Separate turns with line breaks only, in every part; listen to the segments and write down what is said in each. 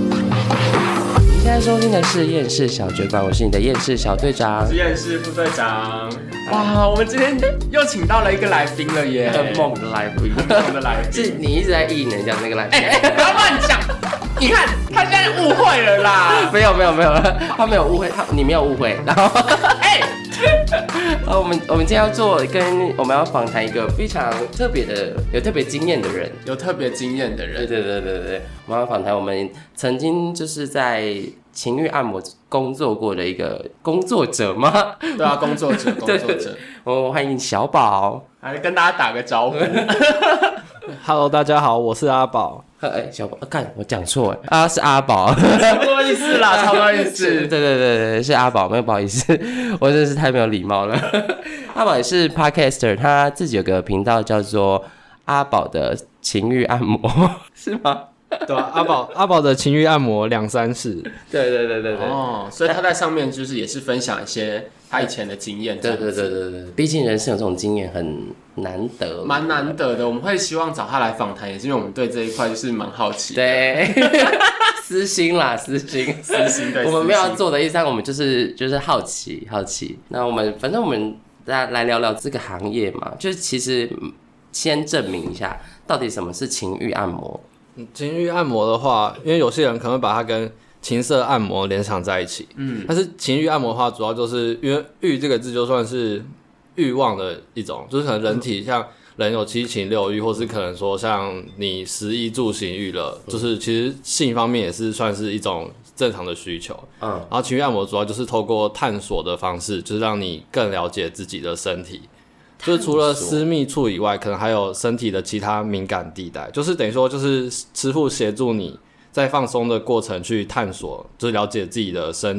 你现在收听的是《厌世小酒馆》，我是你的厌世小队长。
实验室副队长。哇，我们今天又请到了一个来宾了耶，
很猛的来宾，
很猛的来宾。
是你一直在意人家那个来宾。
哎、不要乱讲！你看他现在误会了啦。
没有没有没有，他没有误会，他你没有误会。然后，
哎、
呃，我们我们今天要做跟我们要访谈一个非常特别的、有特别经验的人。
有特别经验的
对
人，
对对对对对，我们要访谈我们曾经就是在情欲按摩工作过的一个工作者吗？
对啊，工作者，工
对
作者，
我哦们欢迎小宝。
来跟大家打个招呼。
Hello，大家好，我是阿宝。
呃哎，小宝，呃干、我讲错了啊，是阿宝。
差不多意思啦，差不多意
对对
思。
对对对，是阿宝，没有不好意思， 我真的是太没有礼貌了。 阿宝也是 podcaster，他自己有个频道叫做阿宝的情欲按摩， 是吗？
对啊，阿宝，阿宝的情欲按摩两三次。
对对对对对。
哦，所以他在上面就是也是分享一些他以前的经验，
对对对对对，毕竟人生有这种经验很难得，
蛮难得的。我们会希望找他来访谈，也是因为我们对这一块就是蛮好奇。
对， 私心啦，私心。
私心对，
我们没
私
有
心
要做的意思，但我们就是就是好奇好奇。那我们反正我们大家来聊聊这个行业嘛，就是其实嗯先证明一下到底什么是情欲按摩。
嗯情欲按摩的话，因为有些人可能会把它跟情色按摩联想在一起。嗯，但是情欲按摩的话，主要就是因为“欲”这个字就算是欲望的一种，就是可能人体像人有七情六欲，或是可能说像你食衣住行欲了，就是其实性方面也是算是一种正常的需求。
嗯，
然后情欲按摩主要就是透过探索的方式，就是让你更了解自己的身体。就是除了私密处以外，可能还有身体的其他敏感地带，就是等于说就是师傅协助你在放松的过程去探索，就是了解自己的身。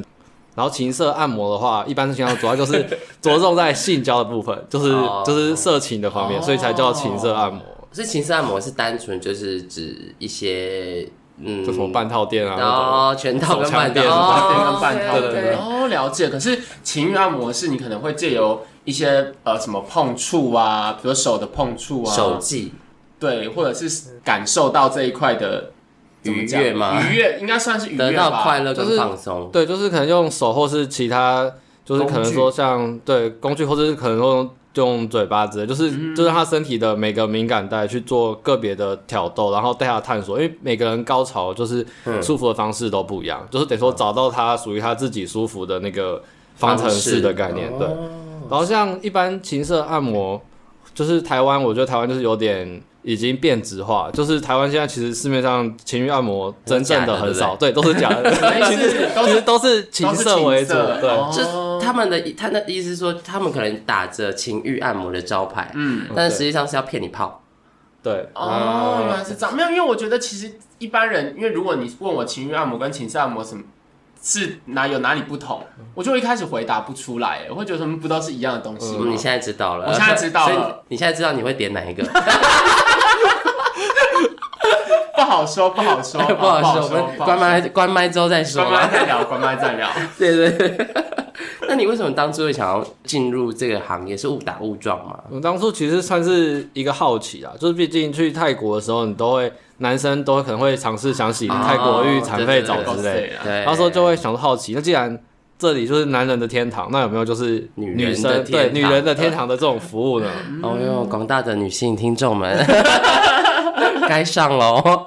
然后情色按摩的话，一般是情色主要就是 着重在性交的部分，就是
哦嗯
就是色情的方面，所以才叫情色按摩，
所以情色按摩是单纯就是指一些嗯，
就什么半套垫啊那种。
哦，全套跟半
手枪垫
套，
对，跟半套
对
的。
对
对哦，了解。可是情欲按摩是你可能会借由一些呃什么碰触啊，比如手的碰触啊，
手技
对，或者是感受到这一块的怎么
愉
讲
悦吗？
愉悦应该算是愉悦啊吧
得到快乐
就
跟
是
放松，
对，就是可能用手或是其他，就是可能说像对工具，或者是可能用用嘴巴之类，就是、就是他身体的每个敏感带去做个别的挑逗，然后带他探索，因为每个人高潮就是舒服的方式都不一样，就是等于说找到他属于他自己舒服的那个方程式哦的概念，对。然后像一般情色按摩，就是台湾，我觉得台湾就是有点已经变质化，就是台湾现在其实市面上情欲按摩真正的很少，对，都是假的，
没事，都
其实
是
都是情色为主，
都是情色
对，
哦
就他们的他的意思是说，他们可能打着情欲按摩的招牌，嗯，但实际上是要骗你泡，
对，
哦，原来是
啊
这样。没有，因为我觉得其实一般人，因为如果你问我情欲按摩跟情色按摩什么。是哪有哪里不同？我就一开始回答不出来，我会觉得他们不都是一样的东西吗？
嗯，你现在知道了，
哦我现在知道
所
了
以你现在知道你会点哪一个，
不好说， 不好 说，
哦不好意思，我们关麦关麦之后再说
关麦
吧。
再聊，关麦再聊。
对对对。 那你为什么当初会想要进入这个行业？是误打误撞吗？
我当初其实算是一个好奇啦，就是毕竟去泰国的时候，你都会男生都可能会尝试想洗
哦
泰国浴、残废澡
对对
之类的，
对啊
对，
那时候就会想说好奇，那既然这里就是男人的天堂，那有没有就是
女
女
人的
生
天
对
堂
女人的天堂的这种服务呢？
哦
嗯
哟，广大的女性听众们， 该上喽。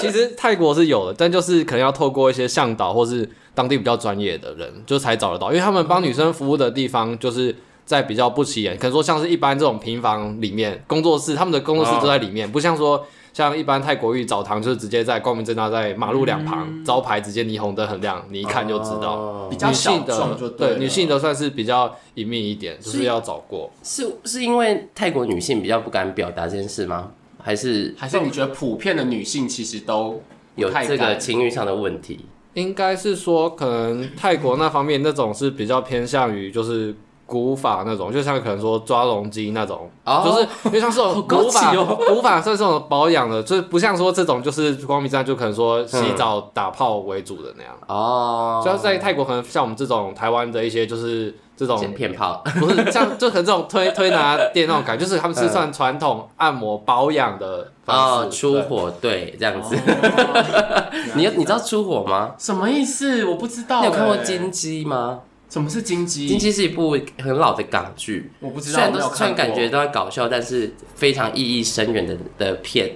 其实泰国是有的，但就是可能要透过一些向导或是当地比较专业的人，就才找得到，因为他们帮女生服务的地方就是。在比较不起眼，可能说像是一般这种平房里面工作室，他们的工作室都在里面，不像说像一般泰国浴澡堂，就是直接在光明正大在马路两旁、招牌直接霓虹灯很亮，你一看就知道。
哦
比较
女
小
性的
众就
对
了
女性的算是比较隐秘一点，就是要找过。
是是因为泰国女性比较不敢表达这件事吗？还是
还是你觉得普遍的女性其实都
有
不太
这个
敢
情欲上的问题？
应该是说，可能泰国那方面那种是比较偏向于就是古法那种，就像可能说抓龙机那种，
哦
就是因为像是
好
种
高
古
级
法、
哦
古法算是这种保养的，就是不像说这种就是光明站就可能说洗澡打泡为主的那样。
哦，
所以在泰国可能像我们这种台湾的一些就是这种
骗炮，
不是像就可能这种推推拿店那种感觉，就是他们是算传统按摩保养的方式。
哦，出
对
火对这样子。
哦
你你知道出火吗？
什么意思？我不知道、
你
欸。
有看过《金鸡》吗？
什么是金鸡？
《金鸡》是一部很老的港剧，
我不知
虽
道，
然
我没
都
有
是虽
看
然感
过。
觉都在搞笑，但是非常意义深远的的片。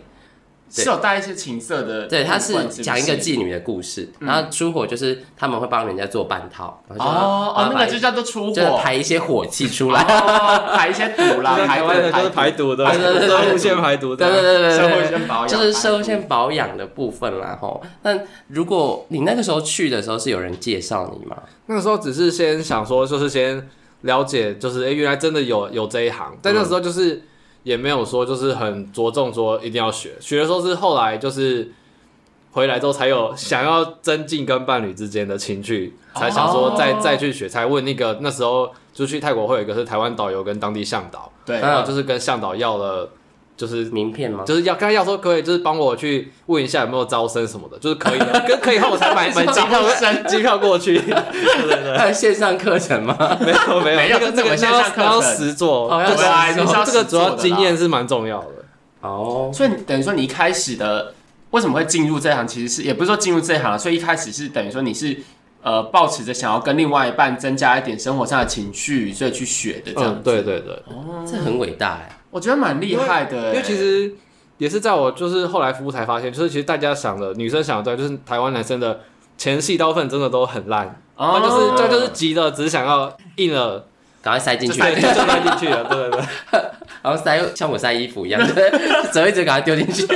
对
是有带一些情色的部分，
对，它
是
是
不是
讲一个妓女的故事，然后出火就是他们会帮人家做半套，然
哦
后就
哦，那
把
个就叫做出火，
就是排一些火气出 来。
哦排一些毒啦，
就像
排
台湾
毒
的就是排
排
毒的，
排毒对
生物线排毒
对
的。
对对对
社
对
会
对
先保养，
就是
社
社
会
会线保养的部分啦，吼。那如果你那个时候去的时候，是有人介绍你吗？
那个时候只是先想说，就是先了解，就是哎、诶原来真的有有这一行，但那时候就是也没有说就是很着重说一定要学，学的时候是后来就是回来之后才有想要增进跟伴侣之间的情趣，才想说再、
哦
再去学，才问那个那时候就去泰国会有一个是台湾导游跟当地向导，
对
嗯
然后就是跟向导要了就是
名片吗？
就是要刚才要说可以，就是帮我去问一下有没有招生什么的，就是可以的，跟可以后我才买 买机票
招生
机票过去。
还有 线上课程吗？
没有没有，
没有
那个那
这
个
个线
要
上课程
要实做，
哦要
这
实
个
做
对啊，就是要
这个主要
实做的啦
经验。是蛮重要的。
哦，
所以等于说你一开始的为什么会进入这行，其实是也不是说进入这行，啊所以一开始是等于说你是呃抱持着想要跟另外一半增加一点生活上的情趣，所以去学的这样。
嗯，对对对，
这很伟大哎。
我觉得蛮厉害的欸、
因为其实也是在我就是后来服务才发现，就是其实大家想的女生想的对，就是台湾男生的前戏刀分真的都很烂，
哦
他就是他就是急了，只想要硬了，
赶快塞进
就
去，
塞就塞进去了，对对对。
然后塞像我塞衣服一样， 就是折一折，赶快丢进去。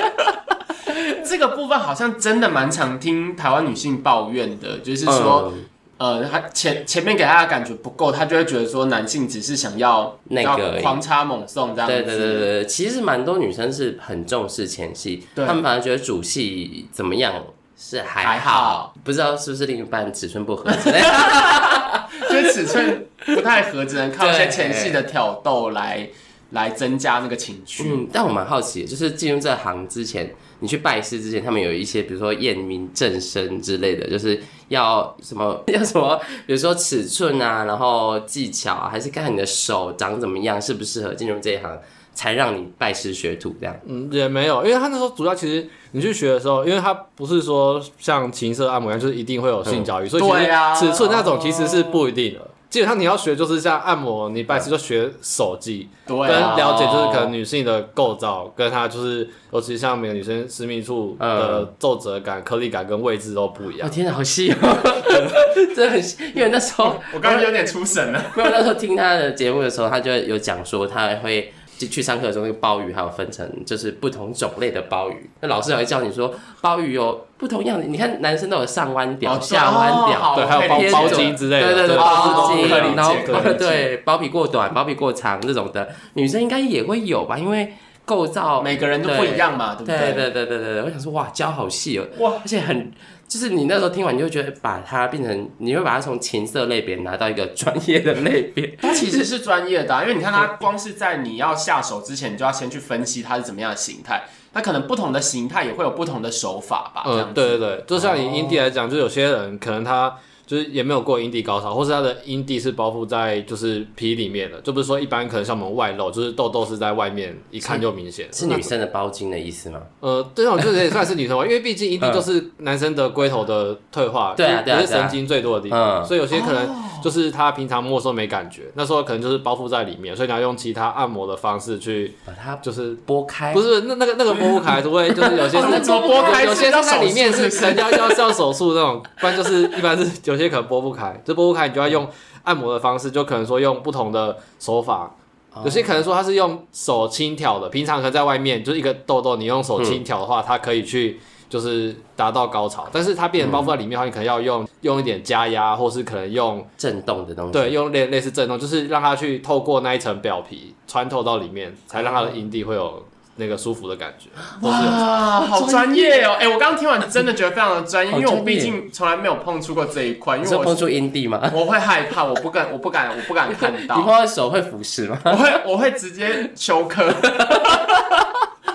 这个部分好像真的蛮常听台湾女性抱怨的，就是说，
嗯
呃，她前前面给她的感觉不够，她就会觉得说男性只是想要
那个
要狂插猛送这样子。
对对对对对，其实蛮多女生是很重视前戏，
对
她们反而觉得主戏怎么样是还好，
还好
不知道是不是另一半尺寸不合之 类的。
就是尺寸不太合，只能靠一些
对
前戏的挑逗来来增加那个情趣。
嗯，但我蛮好奇的，就是进入这行之前，你去拜师之前，他们有一些比如说验明正身之类的，就是要什么 要什么，比如说尺寸啊，然后技巧啊，还是看你的手长怎么样，适不适合进入这一行，才让你拜师学徒这样。
嗯，也没有，因为他那时候主要其实你去学的时候，因为他不是说像情色按摩一样，就是一定会有性教育，所以其
对
实
啊
尺寸那种其实是不一定的。基本上你要学就是像按摩，你拜师就学手技，
对、
跟
啊，
了解就是可能女性的构造，跟她就是尤其像每个女生私密处
嗯
的皱褶感、颗粒感跟位置都不一
哦
样。
天哪，好细哦、 真的很细，因为那时候
我刚刚有点出神了。
没有那时候听他的节目的时候，他就有讲说他会。就去上课的时候，那个鲍鱼还有分成，就是不同种类的鲍鱼。那老师还会教你说，鲍鱼有不同样的，你看男生都有上弯
哦
屌、
对
下弯
哦好
屌，
对，还有包
偏
包
左
巾之类
对
的，
对对，
对
包
对
皮，
对
然后
可以理解可以理解
对包皮过短、包皮过长这种的，女生应该也会有吧？因为构造
每个人都不一。样嘛，对不
哦对对对对对对，我想说哇，教好细哦，
哇，
而且很，就是你那时候听完，你就会觉得把它变成，你会把它从情色类别拿到一个专业的类 别。
他其实是专业的啊、因为你看他光是在你要下手之前，你就要先去分析它是怎么样的形态。那可能不同的形态也会有不同的手法吧，这样子。
嗯，对对对，就像
哦
以阴蒂来讲，就有些人可能他就是也没有过阴蒂高潮，或是他的阴蒂是包覆在就是皮里面的，就不是说一般可能像我们外露，就是痘痘是在外面一看就明显。
是女生的包茎的意思吗？
呃，这种就是也算是女生玩，因为 毕竟阴蒂就是男生的龟头的退化，
嗯对啊
也
对啊
也是神经最多的地
对啊
方，
嗯
所以有些可能就是他平常摸的时候没感觉，那时候可能就是包覆在里面，所以你要用其他按摩的方式去
把它
就是
拨开，
不是那那 个那个拨不开，除非就是有些
哦那
是
怎么拨开
有有些
是要
是在里面
手
是
术是不是
人家要是要手术那种，不然就是一般是有些可能拨不开，就拨不开你就要
嗯
用按摩的方式，就可能说用不同的手法。
哦
有些可能说他是用手轻挑的，平常可能在外面就是一个痘痘，你用手轻挑的话，它可以去就是达到高潮，但是它变成包覆在里面的话，你可能要用用一点加压，或是可能用
震动的东西。
对，用类类似震动，就是让它去透过那一层表皮穿透到里面，才让它
哦
的阴蒂会有那个舒服的感觉。或是有
哇，好专业哦！哎、我刚刚听完真的觉得非常的专业，
好
因
专业
为我毕竟从来没有碰触过这一块，因
你
为
说碰
我
触阴蒂吗？
我会害怕，我不敢，我不敢，我不敢看
你 碰
到，
到手会腐蚀吗？
我会我会直接休克，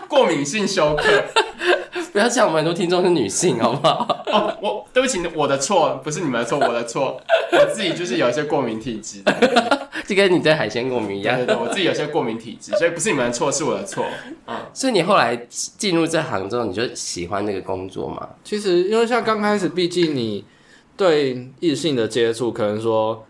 过敏性休克。
不要像我们很多听众是女性，好不好？
哦，我对不起，我的错，不是你们的错，我的错。我自己就是有一些过敏体质，对
就跟你对海鲜过敏一样
对。对，我自己有些过敏体质，所以不是你们的错，是我的错。
所以你后来进入这行之后，你就喜欢这个工作吗？
其实因为像刚开始，毕竟你对异性的接触，可能说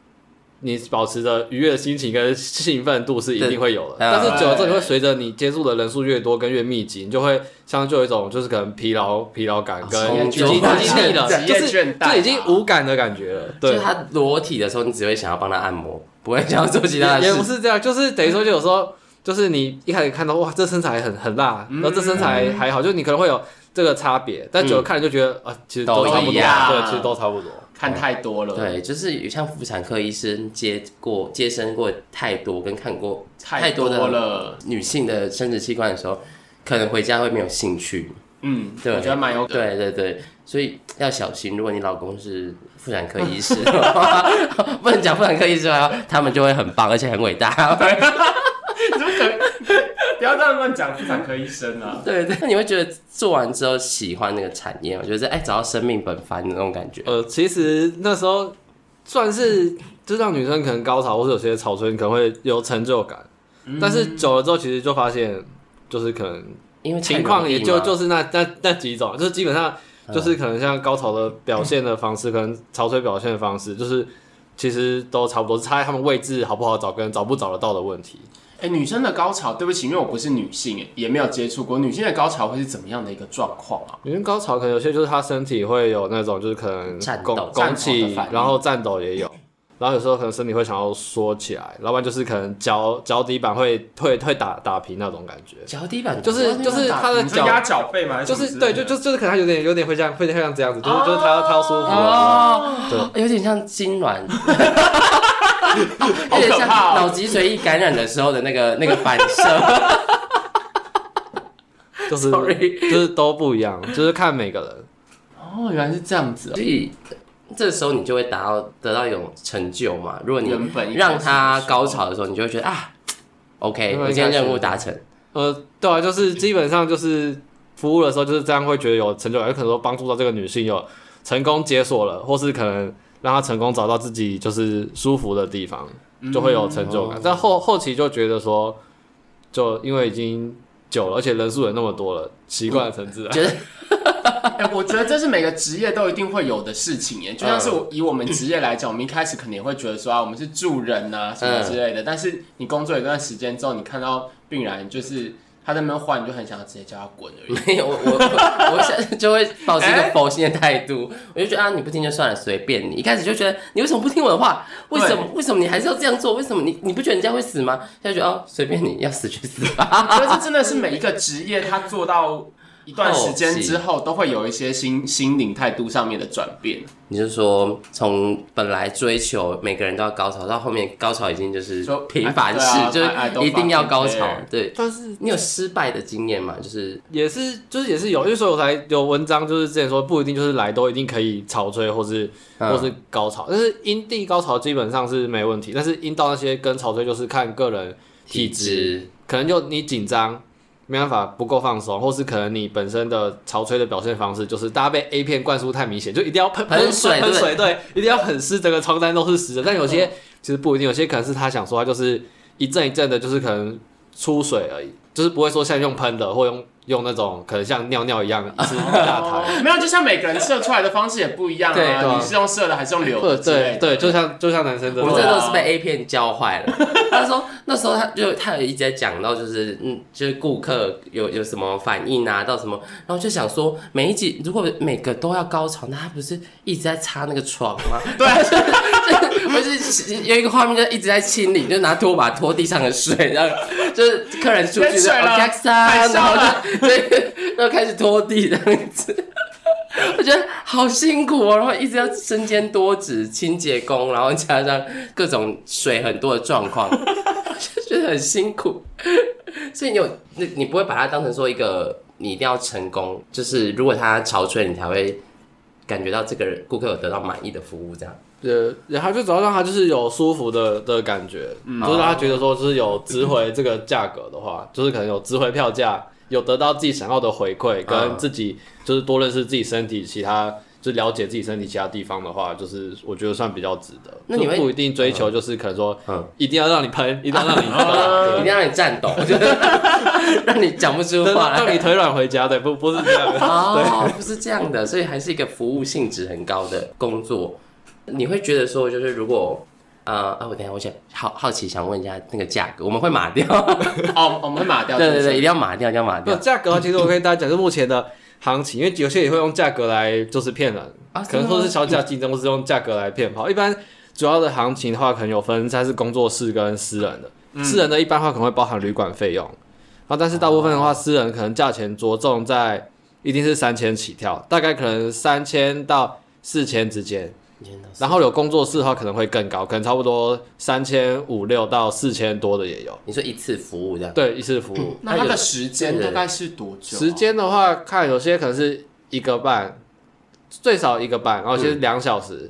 你保持着愉悦的心情跟兴奋度是一定会有的，
对
但
嗯
是久了之后，你会随着你接触的人数越多跟越密集，你就会相对有一种就是可能疲劳疲劳感跟
啊从
已经已经腻了，
职
就
业
是
倦怠
这已经无感的感觉了，
就是
对。
他裸体的时候，你只会想要帮他按摩，不会想要做其他的事
也也不。是这样，就是等于说，就有时候就是你一开始看到哇，这身材很很辣，然后这身
嗯
材还好，就你可能会有这个差别，但久了看了就觉得啊，其实
都
差不多，
一
样
对，其实都差不多。
看太多了，，
对，就是有像妇产科医生接过接生过太多，跟看过
太
多
多
的
了。
女性的生殖器官的时候，可能回家会没有兴趣。
嗯，
对
我觉得蛮有可能。
对对对，所以要小心。如果你老公是妇产科医师的话， 不能讲妇产科医师的话，他们就会很棒，而且很伟大。
怎么可能？不要这样乱讲妇产科医生啊！
对对，那你会觉得做完之后喜欢那个产业吗？就是哎，找到生命本番的那种感觉。
呃，其实那时候算是就让女生可能高潮，或者有些草春可能会有成就感，
嗯
但是久了之后，其实就发现就是可能
因为太
情况也
容易嗯
就
嘛
就是那那那几种，就是基本上就是可能像高潮的表现的方式，可能潮水表现的方式，就是其实都差不多，差他们位置好不好找跟找不找得到的问题。
哎、女生的高潮，对不起，因为我不是女性，也没有接触过，女性的高潮会是怎么样的一个状况啊？
因为高潮可能有些就是他身体会有那种就是可能
颤抖
拱
颤抖
拱
的
起
反，应
然后颤抖也有，然后有时候可能身体会想要缩起来，要不然就是可能脚脚底板会会会打打平那种感觉。
脚底板
就是就是他的
你说
脚
压脚背吗？还
就是
什
是
么
对，
之
就
类的
就就是可能他有点有点会像会像这样子，就是就是他要他要舒服了，
哦，有点像痉挛，有点
好可
像
怕哦
脑脊髓液感染的时候的那个 那个反射。
就是
Sorry
就是都不一样，就是看每个人。
哦，原来是这样子、哦。
所以这时候你就会达到得到一种成就嘛。如果你
原本一开始
让
的时候
他高潮的时候，你就会觉得啊，OK，
没
我
关
今
系
天任务达成。
呃，对啊，就是基本上就是服务的时候就是这样，会觉得有成就感，有可能说帮助到这个女性有成功解锁了，或是可能让她成功找到自己就是舒服的地方，
嗯
就会有成就感。但后后期就觉得说，就因为已经久了，而且人数也那么多了，习惯了成自然。
觉得
哎、 我觉得这是每个职业都一定会有的事情
嗯
耶。就像是我以我们职业来讲，我们一开始肯定也会觉得说啊，我们是助人 啊什
嗯
么之类的。但是你工作一段时间之后，你看到病人就是他在那边换，你就很想要直接叫他滚 而已。
没有我我我我现在就会保持一个
哎
佛心的态度，我就觉得啊你不听就算了，随便你。一开始就觉得你为什么不听我的话？为什么为什么你还是要这样做？为什么你你不觉得你这样会死吗？现在就觉得哦随便你要死去死吧。
我觉得这真的是每一个职业，他做到一段时间之后，都会有一些心心灵态度上面的转变。
你就说从本来追求每个人都要高潮，到后面高潮已经就是
说
平凡事，
哎
就
对
是
啊哎哎都
一定要高
fucking
潮
care。
对，
但是
你有失败的经验吗？就是
也是，就是也是有，因为所以我才有文章，就是之前说不一定就是来都一定可以潮吹或是、
嗯
或是高潮，但是阴蒂高潮基本上是没问题，但是阴道那些跟潮吹就是看个人体质，
质，
可能就你紧张。没办法，不够放松，或是可能你本身的潮吹的表现方式，就是大家被 A 片灌输太明显，就一定要喷
喷水对
喷
嗯
水，对，一定要很湿，整个床单都是湿的。但有些其实不一定，有些可能是他想说，他就是一阵一阵的，就是可能出水而已，就是不会说像用喷的或用用那种可能像尿尿一样一直大
哦
台。
没有，就像每个人射出来的方式也不一样
对对
啊。你是用射的还是用流
或
的
者
之类
对
的？
对，就像就像男生的
我们
那
这
对啊
种，
都是被 A 片教坏了。他说那时候他就他有一直在讲到就是嗯就是顾客有有什么反应啊到什么，然后就想说每一集如果每个都要高潮，那他不是一直在擦那个床吗？
对啊，
不是有一个画面，就一直在清理，就拿拖把拖地上的水，然后就是客人出去
淹
就
水了
哦，Jackson，
海啸
然后
了
就对， 然后开始拖地这样子。我觉得好辛苦哦，然后一直要身兼多职，清洁工，然后加上各种水很多的状况， 就觉得很辛苦。所以你有，你你不会把它当成说一个你一定要成功，就是如果他潮吹，你才会感觉到这个人顾客有得到满意的服务这样。
呃，然后就只要让他就是有舒服的的感觉，
嗯
就是让他觉得说就是有
哦
值回这个价格的话，就是可能有值回票价，有得到自己想要的回馈，
嗯
跟自己就是多认识自己身体其他就了解自己身体其他地方的话，就是我觉得算比较值得。
那你
就
会
不一定追求，就是可能说
嗯，哦
一定要让你喷，一定要让 你
一
喷
定，要让你颤抖，就是 让你讲不出
对
话
让让
来。
你腿软回家，对，不不是这样的。
哦，不是这样的，所以还是一个服务性质很高的工作。你会觉得说，就是如果呃啊，我等一下我想好好奇想问一下那个价格，我们会码 掉，
哦，我们会码掉。
对对
是不
对，一
是
定要码掉，一定要码
那
掉。
价格的话，啊其实我跟大家讲，就是目前的行情，因为有些也会用价格来就是骗人，
啊
可能说是小价竞争，或是用价格来骗跑。一般主要的行情的话，可能有分，它是工作室跟私人的。私人的一般的话可能会包含旅馆费用，然后但是大部分的话，私人可能价钱着重在一定是三千起跳，大概可能三千到四千之间。然后有工作室的话可能会更高，可能差不多三千五六到四千多的也有。
你说一次服务这样，
对，一次服务。
那它的时间大概是多久啊？
时间的话，看有些可能是一个半，最少一个半，然后有些两小时、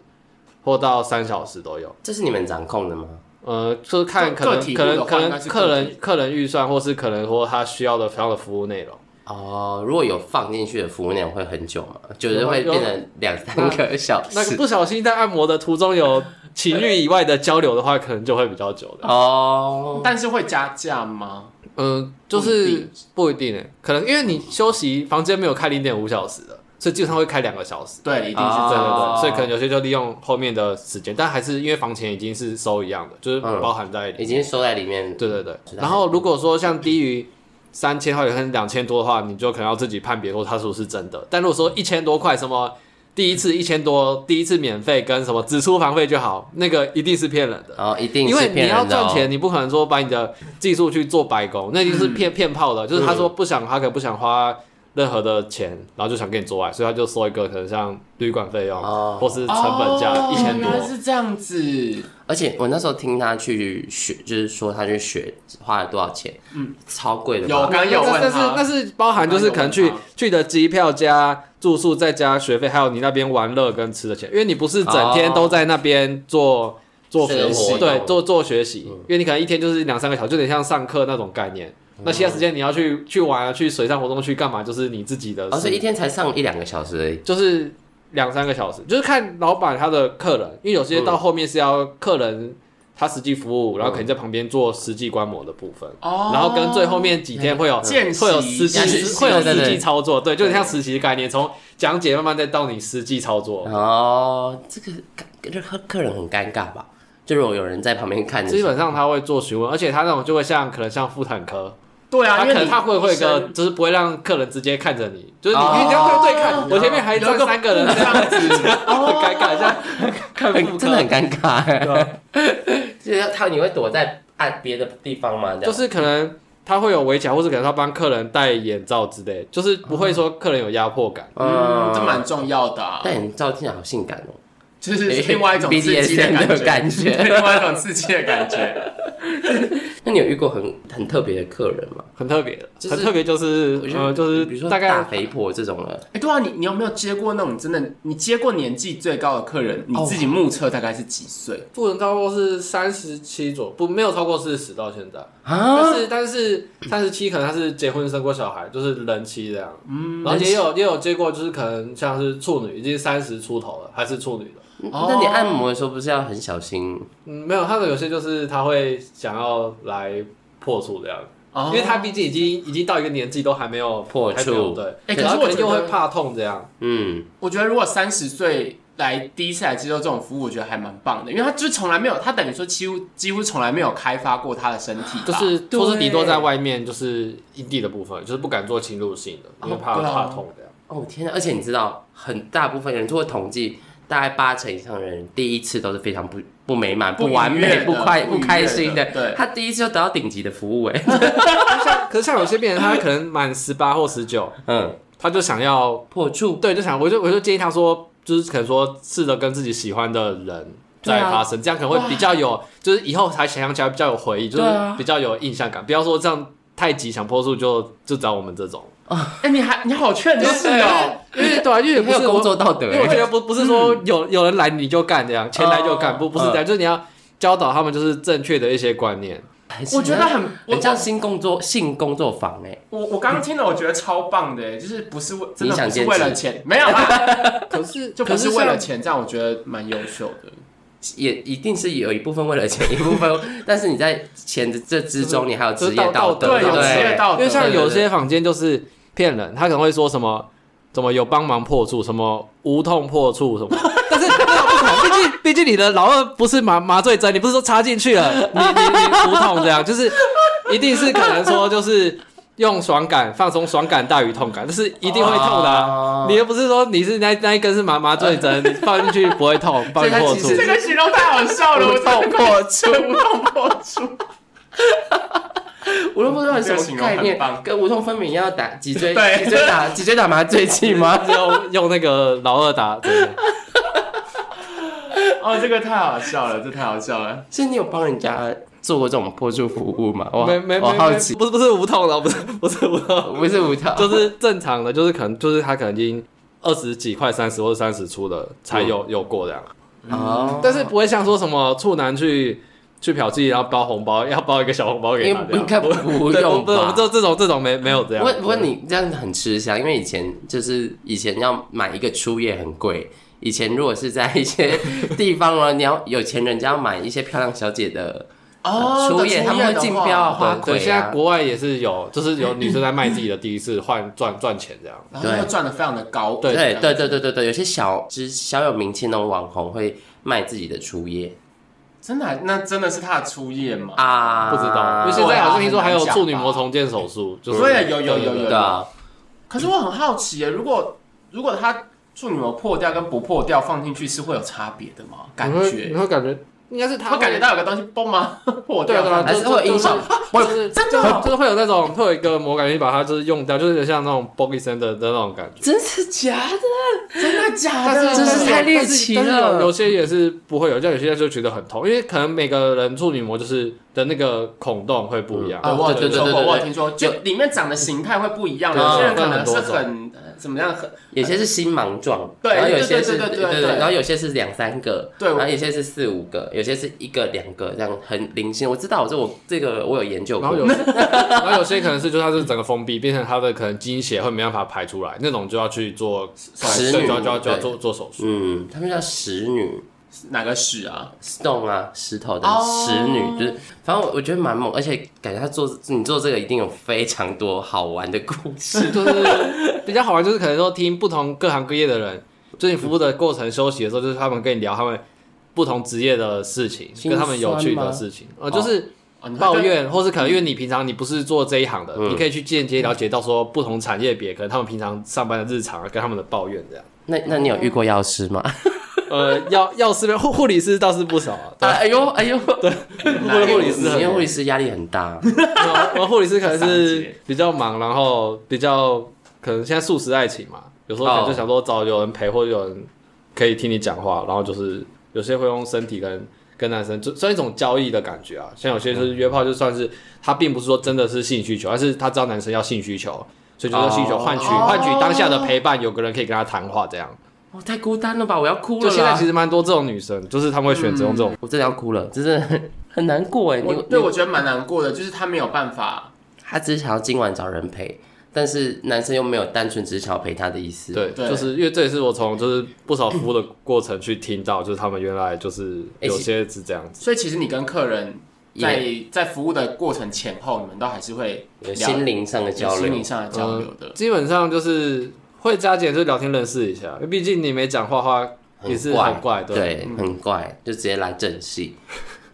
或到三小时都有。
这是你们掌控的吗？
呃，就是看
个
可
个体
能可
户的
能
话
可
应该
能
是
客
个
人客人预算，或是可能或他需要的想要的服务内容。
哦，如果有放进去的服务量会很久嘛，就是会
有
变成两三个小
那个
时。
不小心在按摩的途中有情欲以外的交流的话，可能就会比较久的。
哦，
但是会加价吗？
嗯、就
不一
是
定
不一定诶，欸可能因为你休息房间没有开零点五小时的，所以基本上会开两个小时。
对，一定是
啊
这样。
对对
哦
对，所以可能有些就利用后面的时间，但还是因为房钱已经是收一样的，就是
嗯
包含在里面。
已经收在里面。
对对对
是，的
然后如果说像低于三千或者是两千多的话，你就可能要自己判别说它是不是真的。但如果说一千多块什么。第一次一千多，第一次免费跟什么只出房费就好，那个一定是骗人的，
哦，一定
因
是
为你
骗
要
人的
赚
哦。
钱，你不可能说把你的技术去做白工，那一定
嗯
是骗骗炮的。
嗯
就是他说不想，他可能不想花任何的钱，然后就想跟你做爱，所以他就收一个可能像旅馆费用
哦
或是成本价
哦
一千
原来
多，
是这样子。
而且我那时候听他去学，就是说他去学花了多少钱，嗯，超贵的吧，
有我哦刚刚有
那
问
那是那
他，
是包含就是可能
我
去
刚刚有问
去的机票加住宿再加学费，还有你那边玩乐跟吃的钱，因为你不是整天
哦
都在那边做。做
学
学
习
习，对，做做学习，
嗯
因为你可能一天就是两三个小时，就有点像上课那种概念。那其他时间你要去去玩啊，去水上活动去干嘛，就是你自己的
哦
而
事
且哦一天才上一两个小时而已。
就是两三个小时，就是看老板他的客人，因为有
嗯
些到后面是要客人他实际服务，然后可能在旁边做实际观摩的部分，
哦
然后跟最后面几天会有
见习
会有实
哦见
际
习
会有
对对
实
对
际操作，对，就很像实习的概念，从讲解慢慢再到你实际操作。
哦，这个这客客人很尴尬吧？就如果有人在旁边看你，
基本上他会做询问，而且他那种就会像可能像妇产科，
对啊，
他
因
可
为
能
你
他会会
医生
跟，就是不会让客人直接看着你，就是你
哦
你一定要对对看，我前面还
有
站
一个
三个 人，
这样子，
很尴尬，像看妇
很
科
哎真的很尴尬。 就是他你会躲在按别的地方吗？这样
就是可能他会有围墙，或是可能他帮客人戴眼罩之类，就是不
哦
会说客人有压迫感。
嗯，这蛮重要的啊，
但你照进来好性感哦，
就是
哎
另外一种刺激
BDSM
感
的感
觉，
觉。
对 另外一种刺激的感觉。
那你有遇过很很特别的客人吗？
很特别的，
就是
很特别，就是
我觉得
呃，就
比如
是
说
大
大
概
肥婆这种的，
哎，对啊，你你有没有接过那种真的？你接过年纪最高的客人，你
哦
自己目测大概是几岁？
不能超过是三十七左右，不没有超过四十到现在。
啊
但是但是三十七可能他是结婚生过小孩，就是人妻这样。嗯，然后也有也有接过，就是可能像是处女，已经三十出头了，还是处女的。
哦
那你按摩的时候不是要很小心？
嗯，没有，他们有些就是他会想要来破处这样。
哦
因为他毕竟已经已经到一个年纪，都还没有
破处
还没有对，
欸可是
然后
我
能
觉
又
得
会怕痛这样，
嗯，
我觉得如果三十岁来第一次来接受这种服务，我觉得还蛮棒的，因为他就是从来没有，他等于说几乎几乎从来没有开发过他的身体吧，
就是
对
都是底座在外面，就是阴蒂的部分，就是不敢做侵入性的，因为怕
对啊
怕痛这样。
哦天哪！而且你知道，很大部分人做统计，大概八成以上的人第一次都是非常不不美满、
不
不完
愉悦
美、
的
不快、
不愉悦的
不开心的。
对
他第一次就得到顶级的服务， 哎，
可是像有些病人，他可能满十八或十九，
嗯，
他就想要，
破处。
对，就想我就我就建议他说，就是可能说试着跟自己喜欢的人
对啊
再发生，这样可能会比较有，就是以后才想象起来比较有回忆，就是
对啊
比较有印象感，不要说这样太急想破处就就找我们这种。
哎、你还你好劝世哦，
因为对啊，因为
很
不是
有
我
工作道德
因为我觉
欸，
得不不是说有有
哦嗯
人来你就干这样，钱来就干，不不是这样，就是你要教导他们就是正确的一些观念。
很啊
我觉得很我
很像新工作性工作坊哎、
我我刚刚听了，我觉得超棒的耶，就是不是为真
你
的
想
不是
兼
为
职
了钱，没有啊，
可是
就不是为了钱，这样我觉得蛮优秀的。
也一定是有一部分为了钱，一部 分，但是你在钱的这之中，你还有职
就
业
是道
道
道
德，
德
对，有
不
职业
对？
道
因
德，
为像
对
有些房间就是骗人，他可能会说什么。什么有帮忙破处，什么无痛破处什么，但是那种不可能，毕竟毕竟你的老二不是麻麻醉针，你不是说插进去了，你你你无痛这样，就是一定是可能说就是用爽感放松，爽感大于痛感，就是一定会痛的啊、
哦
你又不是说你是那那一根是麻麻醉针，你放进去不会痛，帮你
所以它
破
其
处
实，
这个形容太好笑了，我
无痛破处，
无痛破 处，
无痛破处是什么概
这个形容很
念？
棒
跟无痛分娩一样打脊椎，
对
脊椎打脊椎打麻 醉剂吗？
用用那个老二打针。
哦，这个太好笑了，这太好笑了。
所以你有帮人家做过这种破处服务吗？
哦
我
没没
我
没，
好
没
奇，
不是不是无痛的，不是不是无痛，
不是无痛，
就是正常的，就是可能就是他可能已经二十几快三十或者三十出的才有、
嗯
有过这样，
哦，
但是不会像说什么处男去去嫖妓，然后包红包，要包一个小红包给
应
他这
应
样。
该不
对，
用
不，我
吧
们？这这种这种没没有这样。
不过不过你这样很吃香，因为以前就是以前要买一个初夜很贵。以前如果是在一些地方呢，你要有钱人家要买一些漂亮小姐的
哦，
初夜，他们会竞标啊、
啊，
花
对，
魁
现在
啊。
国外也是有，就是有女生在卖自己的第一次换赚赚钱这样。
然后他们赚的非常的高，
对
对对对对对对，有些小就是小有名气那种网红会卖自己的初夜
真的啊那真的是他的初夜吗？
啊，
不知道，因为现在好像听说还有处女膜重建手术，就是
对有有有有
对啊，
可是我很好奇耶，如果如果他处女膜破掉跟不破掉放进去是会有差别的吗？感
你会你
觉
会感觉应该是他
会感觉到有个东西崩吗？ 破
对
掉
啊对啊，
吗？
还是会有影响
不是
真的哦
就是会有那种会有一个魔感，你把它就是用掉，就是有点像那种 b o g y s e n 的那种感觉。
真是假的？
真的假
但
的？
是
真是太猎
但
奇
是
了
但是有有些也是不会有，像有些就觉得很痛，因为可能每个人处女膜就是的那个孔洞会不一样。
啊，我有
对对
听
对
说
对
过，
对
我有听说，就里面长的形态会不一样，啊
对
有些人
对
可能是
啊分很多
很呃怎么样，很
有些是心盲状，
对
然后有些
对对
是
对对对
对，
对
然后有些是两三个，
对
然后有些是四五个，有些是一个两个这样很零星。我知道，我这我这个我有研究
然后
过
有，些， 然后有些可能是就是它是整个封闭，变成它的可能基因血会没办法排出来，那种就要去做
食
对
女
就要就要就要
对
做做手术。
嗯，他们叫石女
哪个屎啊？
stone 啊，石头的
哦
石女，就是反正我我觉得蛮猛，而且感觉他做你做这个一定有非常多好玩的故 事。
就是比较好玩，就是可能说听不同各行各业的人，就是你服务的过程休息的时候，就是他们跟你聊他们不同职业的事情，
心
跟他们有趣
酸吗
的事情，呃，就是
哦你会
抱
跟
怨，或是可能因为你平常你不是做这一行
嗯
的，你可以去间接了解到说不同产业别可能他们平常上班的日常啊，跟他们的抱怨这样。
那那你有遇过药师吗？
呃，药药师护护理师倒是不少啊，对
啊，哎呦哎呦，对，
护理护理师
因
很
为护理师压力很大，
我们护理师可能
上
是
街
比较忙，然后比较可能现在素食爱情嘛，有时候可能
哦
就想说找有人陪或者有人可以听你讲话，然后就是有些会用身体跟跟男生就算一种交易的感觉啊，像有些就是约炮，就算是他并不是说真的是性需求，而是他知道男生要性需求。所以就是性需求
哦
换取
哦
换取当下的陪伴，有个人可以跟他谈话，这样。
我太孤单了吧，我要哭
就
了
现在其
哦啦，
实蛮多这种女生，就是他们会选择用这种
我真的要哭了，真的很很难过哎，你
我对我觉得蛮难过的，就是他没有办法，
他只是想要今晚找人陪，但是男生又没有单纯只是想要陪他的意思。，
对，
对
就是因为这也是我从就是不少服务的过程去听到，就是他们原来就是
哎
有些是这样子，
所以其实你跟客人在
也
在服务的过程前后，你们都还是会
有
聊
心灵上的交
心
流
灵。上的交流嗯的。
基本上就是会加减就聊天认识一下，因为毕竟你没讲话的话也是很怪，对，
对，
嗯
很怪，就直接来正戏，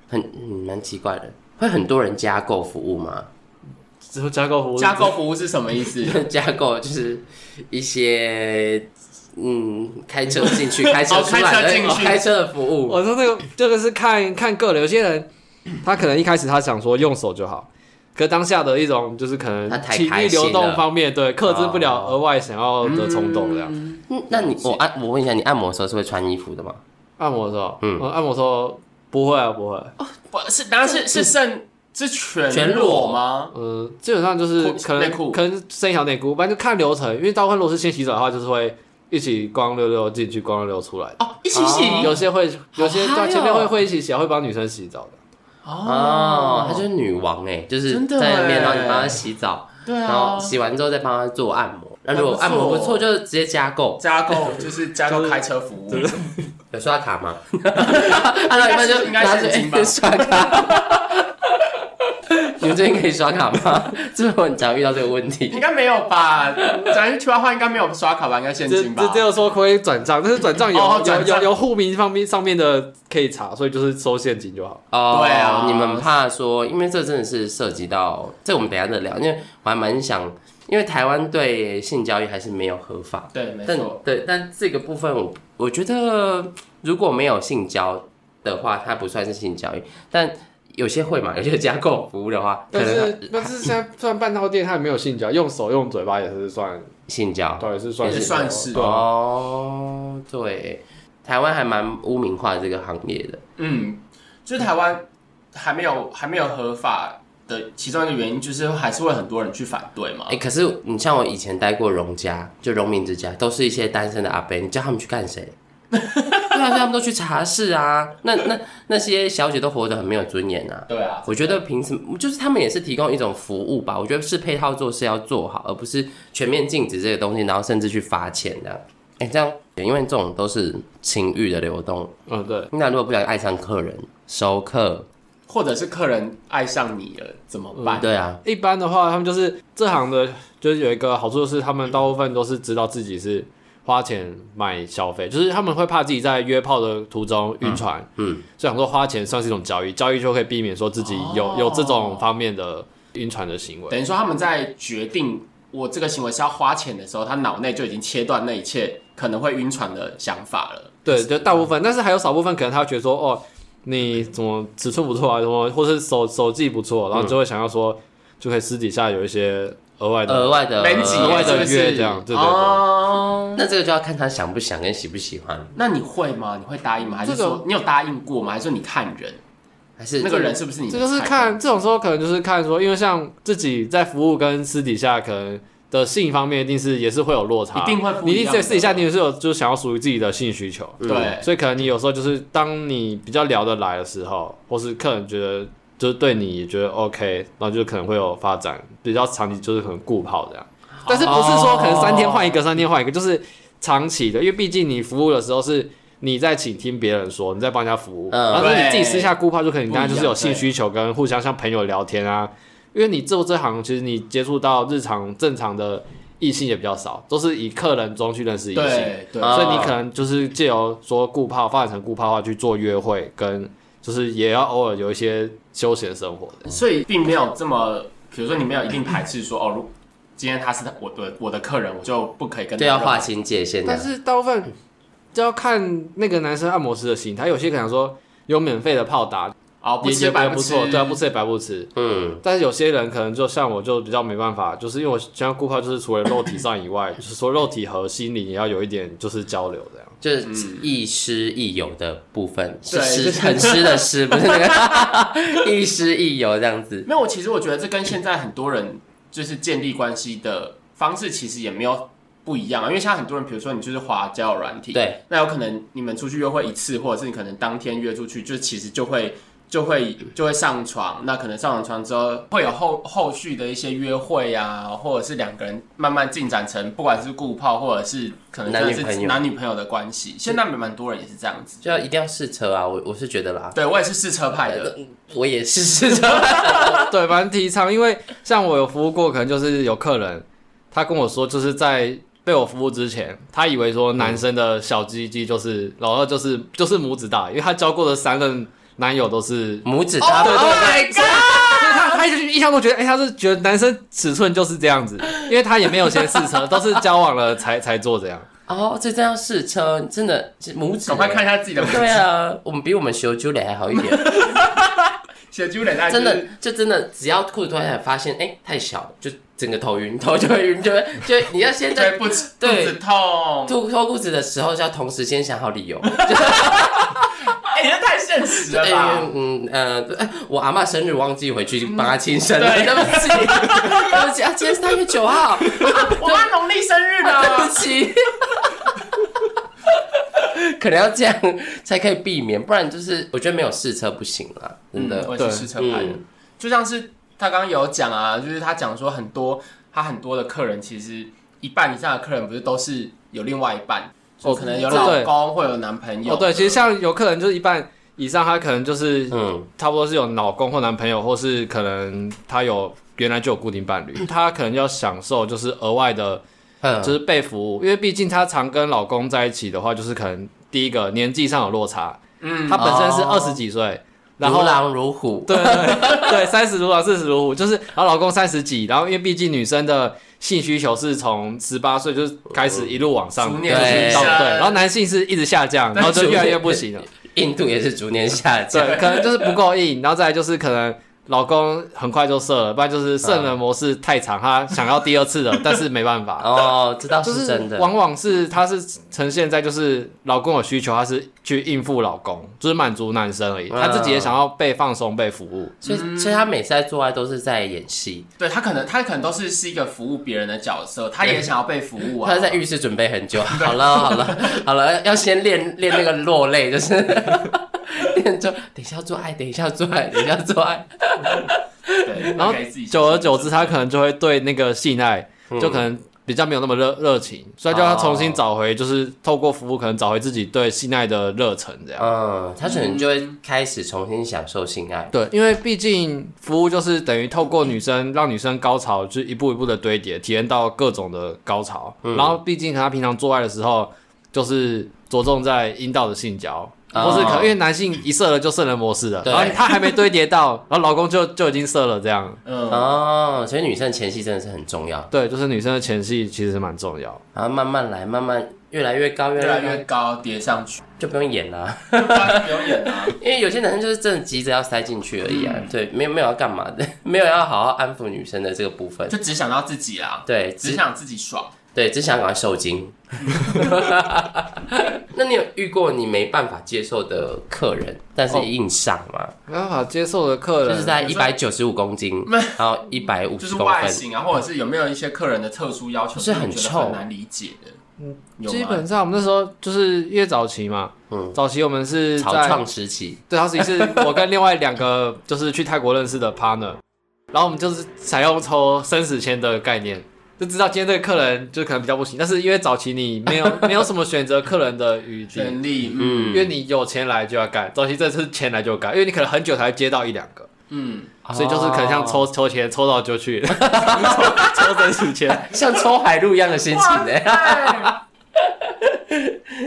很嗯蛮奇怪的。会很多人加购服务吗？
之后加购服务
加购服务是什么意思？
加购就是一些嗯，开车进 去，开车出来
哦开车进
的，哦
去
开车的服务。
我说那个这个是看看个人，有些人他可能一开始他想说用手就好，可当下的一种就是可能
他太
情
开
绪
心
流动
了
方面，对，克制不了
哦
额外想要的冲动这样。
嗯那你我按我问一下，你按摩的时候是会穿衣服的吗？
按摩的时候，
嗯
嗯，按摩的时候不会啊，不会。
不是，当然是是剩是全
全裸
裸吗？
呃，基本上就是
裤
可能
内裤
可能剩一条内裤，反正就看流程，因为大部分如果是先洗澡的话，就是会一起光溜溜进去，光溜溜出来的。
哦，一起洗
有些会，有些
好嗨哦
对前面会会一起洗，会帮女生洗澡的。
哦，她就是女王哎、就是
真的
在那边，
欸
然后你帮她洗澡，
对
然后
啊，
洗完之后再帮她做按摩。那如果
还
按
不错哦
摩不错，就直接加购。
加购就是加购开车服 务，
有刷卡 吗？按到一半就
应该是
拿着
应该是金吧
哎 刷卡。 你们最近可以刷卡吗？ 就是我很常遇到这个问
应
题。
该没有吧？咱去 QR 话应该没有刷卡吧？应该现
只
金吧
只？只有说可以转账，但是转账有、
哦
有
转账
有有户名方面上面的可以查，所以就是收现金就好。
哦
对啊
你们怕说，因为这真的是涉及到，这我们等一下再聊，因为我还蛮想，因为台湾对性交易还是没有合法，
对，没
但
错，
对，但这个部分我我觉得如果没有性交的话，它不算是性交易，但有些会嘛， 有些加购服务的话，可
但
能
是但是现在 算半套店，它也没有性交，用手用嘴巴也是算，
性交
啊对，也是算
也
性
是
交
算是
对啊，
哦，对，台湾还蛮污名化这个行业的，
嗯，就是台湾还没有还没有合法的其中一个原因，就是还是会很多人去反对嘛
哎、。可是你像我以前待过荣家，就荣民之家，都是一些单身的阿伯，你叫他们去干谁？ 对啊，所以他们都去茶室啊，那那那些小姐都活得很没有尊严啊。
对啊，
我觉得凭什么？就是他们也是提供一种服务吧。我觉得是配套做事要做好，而不是全面禁止这个东西，然后甚至去罚钱这样。哎、这样，因为这种都是情欲的流动。
嗯对，
那如果不小心爱上客人、熟客，
或者是客人爱上你了怎么办？
对啊，
一般的话，他们就是这行的，就是有一个好处是，他们大部分都是知道自己是花钱买消费，就是他们会怕自己在约炮的途中晕船，
嗯，
所以想说花钱算是一种交易，交易就可以避免说自己有、
哦
有这种方面的晕船的行为。
等于说他们在决定我这个行为是要花钱的时候，他脑内就已经切断那一切可能会晕船的想法了。
对，就大部分，但是还有少部分可能他会觉得说，哦，你怎么尺寸不错啊，什么，或是手手技不
嗯
错，然后就会想要说，就可以私底下有一些额外的，
额外的
人挤
额外的
是不是
约这样对对对
哦
那这个就要看他想不想跟喜不喜欢，
那你会吗？你会答应吗？还是
这个
说你有答应过吗？还是说你看人
还是
那个人是不是你的
这
菜？
就是看这种时候可能就是看说，因为像自己在服务跟私底下可能的性方面一定是也是会有落差，
一定会不一样的
你一定在私底下你也是有就是想要属于自己的性需求，
嗯
对，
所以可能你有时候就是当你比较聊得来的时候，或是客人觉得就是对你也觉得 OK，然后就可能会有发展，比较长期就是可能顾泡这样。
哦
但是不是说可能三天换一个，三天换一个，就是长期的，因为毕竟你服务的时候是你在倾听别人说，你在帮人家服务，
嗯
然后是你
对
自己私下顾泡，就可能你刚才就是有
不一
性
样对
需求跟互相像朋友聊天啊。因为你做这行，其实你接触到日常正常的异性也比较少，都是以客人中去认识异性。
对对，
啊
所以你可能就是借由说顾泡发展成顾泡的话去做约会，跟就是也要偶尔有一些休闲生活的。
所以并没有这么，比如说你没有一定排斥说哦，如今天他是我的我的客人，我就不可以跟他
对要
任何
划清界限的
但。是大部分就要看那个男生按摩师的心态，有些可能说有免费的泡打，
哦，不
也
吃
也
白
也
不
不
吃，
错，对啊，不吃也白不吃。
嗯，
但是有些人可能就像我就比较没办法，就是因为我像顾泡，就是除了肉体上以外，就是说肉体和心理也要有一点就是交流这样。
就是亦师亦友的部分，是
嗯对
湿
就是
很湿的湿，不是那个 亦师亦友这样子。
没有，其实我觉得这跟现在很多人就是建立关系的方式其实也没有不一样啊，因为现在很多人，比如说你就是滑交友软体，
对，
那有可能你们出去约会一次，或者是你可能当天约出去，就其实就会就会就会上床，那可能上完床之后会有后后续的一些约会啊，或者是两个人慢慢进展成不管是顾炮或者是可能真
男
的
女朋
是
友
男女朋友的关系，现在蛮多人也是这样子。
就要一定要试车啊！我我是觉得啦，
对，我也是试车派的，
我也是试 车。
对，反正提倡，因为像我有服务过，可能就是有客人，他跟我说，就是在被我服务之前，他以为说男生的小鸡鸡就是老二，就是就是拇指大，因为他交过的三任男友都是，
拇指大，
对对
my god！
所以他他一一向都觉得，哎、他是觉得男生尺寸就是这样子，因为他也没有先试车，都是交往了才 才做这样。
哦，这真要试车，真的是拇指。
赶快看一。下自己的
对啊，我们比我们修 j u 还好一点，
写 j u l i
真的就真的，只要裤子脱下来，发现哎、太小了，就整个头晕，头就会晕，就会就会你要先在
对不止肚
对
子痛，
脱脱裤子的时候，就要同时先想好理由。
哎，这太现实
对，
了吧？
嗯呃，哎我阿妈生日忘记回去帮她庆生了，
嗯对
对不起， 对不起啊，今天是三月九号，
哦 我妈农历生日
对不
呢，
起。 可能要这样才可以避免，不然就是我觉得没有试车不行啦，真的。
我也是试车派的
嗯，
就像是他刚刚有讲啊，就是他讲说很多他很多的客人其实一半以上的客人不是都是有另外一半，就
哦
可能有
对
老公或有男朋友。
哦，对，其实像有客人就是一半以上，他可能就是
嗯
差不多是有老公或男朋友，或是可能他有原来就有固定伴侣，他可能要享受就是额外的，
嗯，
就是被服务，因为毕竟他常跟老公在一起的话，就是可能第一个年纪上有落差，
嗯，
他本身是
哦
二十几岁，然
如
后
狼如虎，
对对 对，三十如狼，四十如虎，就是然后老公三十几，然后因为毕竟女生的性需求是从十八岁就是开始一路往上，
逐
对
年
提
到
升
对，然后男性是一直下降，然后就越来越不行了，
印度也是逐年下降。
对，可能就是不够硬，然后再来就是可能。老公很快就射了，不然
嗯
就是射人模式太长，他想要第二次的，但是没办法，
哦，这倒
就是
真的。
往往是他是呈现在就是老公有需求，他是去应付老公，就是满足男生而已，他自己也想要被放松、被服务。
所以，所以他每次在做爱都是在演戏，
对他可能他可能都是是一个服务别人的角色，他也想要被服务啊。
他在浴室准备很久。好了，好了，好了，要先练练那个落泪， 就是练就等一下要做爱，等一下要做爱，等一下要做爱。
对，
然后
他可以自己
久而久之，他可能就会对那个性爱就可能比较没有那么热热情，所以就要重新找回，就是透过服务可能找回自己对性爱的热忱，这样。
嗯，他可能就会开始重新享受性爱。
对，因为毕竟服务就是等于透过女生让女生高潮，就是一步一步的堆叠，体验到各种的高潮。然后毕竟他平常做爱的时候，就是着重在阴道的性交，
哦
或是可因为男性一射了就射人模式了，
对
然后他还没堆叠到， 然后老公就就已经射了这样。
嗯，
哦，所以女生前戏真的是很重要，
对，就是女生的前戏其实蛮重要。
然后慢慢来，慢慢越来越高，越
越
来
来
越
啊越高叠上 去，
就不用演了、
不用演啊。
因为有些男生就是真的急着要塞进去而已啊，对，没有没有要干嘛的， 没有要好好安抚女生的这个部分，
就只想到自己啦，
对，
只
只
想自己爽。
对只想赶快受精。 那你有遇过你没办法接受的客人，但是硬上吗？
没办法接受的客人，
就是在一百九十五公斤，然后一百五
就
十
是
公
外
分，
形啊，或者是有没有一些客人的特殊要求，
是很
你觉得
臭
很难理解的。嗯，
啊
有
基
吗？
本上我们那时候就是因为早期嘛，
嗯
早期我们是
草
在
创时期，
对，当时是我跟另外两个就是去泰国认识的 partner，然后我们就是想要抽生死签的概念，就知道今天这个客人就可能比较不行，但是因为早期你没有 没有什么选择客人的余地，
权利，嗯
嗯，
因为你有钱来就要干，早期这次钱来就干，因为你可能很久才接到一两个，
嗯，
啊
所以就是可能像
哦
抽抽签抽到就去，抽抽生死签，
像抽海陆一样的心情欸呢、
哎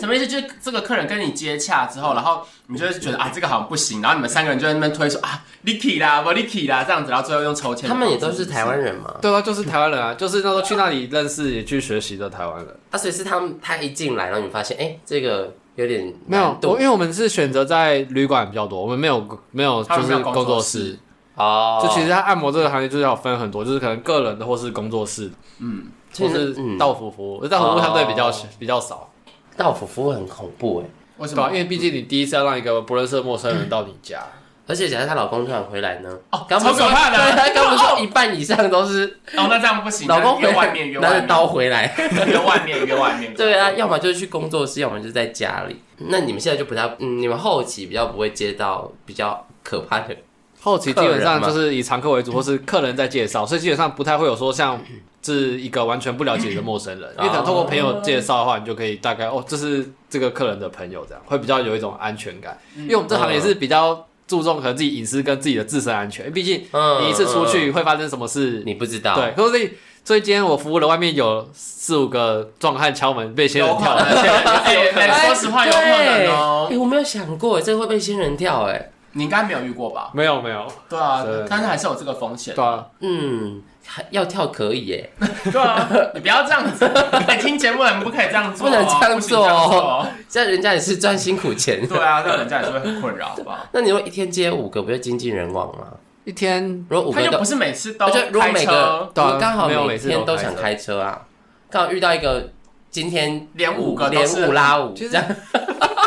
什么意思？就是这个客人跟你接洽之后，然后你就会觉得啊，这个好像不行，然后你们三个人就在那边推说啊，Licky 啦，我 Licky 啦，这样子，然后最后用抽签。
他们也都是台湾，人嘛，
对啊，就是台湾人啊，就是那时候去那里认识也去学习的台湾人。
啊，所以是他们他一进来，然后你发现，哎、这个有点
没有
难，
我
度
因为我们是选择在旅馆比较多，我们没有没有
他
就
们没
是
有
工
工
作
作
室
室，
哦，
就其实它按摩这个行业就是要分很多，就是可能个人的或是工作室，
嗯，
就
或
是
是到府服务，到府服务相对比
哦
较比较少，
到府服务很恐怖哎、
为什
对
么
吧？？因为毕竟你第一次要让一个不认识的陌生人到你家，
而且假设她老公突然回来呢？
哦
刚不是
超可怕的
对，啊她刚不是说一半以上都是
哦，那这样不行，
老公回
约外
来
面，约
拿
外
着
面，
刀回来。
约外面，约外面。
对啊，要么就是去工作室，要么就是在家里。那你们现在就不太，嗯，你们后期比较不会接到比较可怕的，
后期基本上
客人嘛啊
就是以常客为主，或是客人在介绍，所以基本上不太会有说像是一个完全不了解的陌生
嗯
人，因为可能透过朋友介绍的话，你就可以大概哦，这是这个客人的朋友，这样会比较有一种安全感。因为我们这行也是比较注重可能自己隐私跟自己的自身安全，因为毕竟
嗯
你一次出去
嗯
会发生什么事
嗯，你不知道，
对，所以所以今天我服务的外面有四五个壮汉敲门，被仙人跳了。
哎哎，说实话，有可能
哎
哦
对。哎我没有想过，这会被仙人跳哎、
你应该没有遇过吧？
没有没有，
对啊
对，
但是还是有这个风险
对。啊，
嗯，还要跳可以耶、
对啊，你不要这样 子。哎，听节目的人不可以这样做哦，
不能这样做哦
不行这样做哦
这样人家也是赚辛苦 钱。
对啊，那人家也是会很困扰，好不好？
那你说一天接五个，不就精尽人亡吗？
一天
如果五
他
个
又
都
不是每次都
而且如果
开
每
车
个，
对啊
我刚好
没有
每
每次
天
都
都
开
想
车
开车啊，刚好遇到一个今天
连五个都
连
是
五拉五，
其实
这样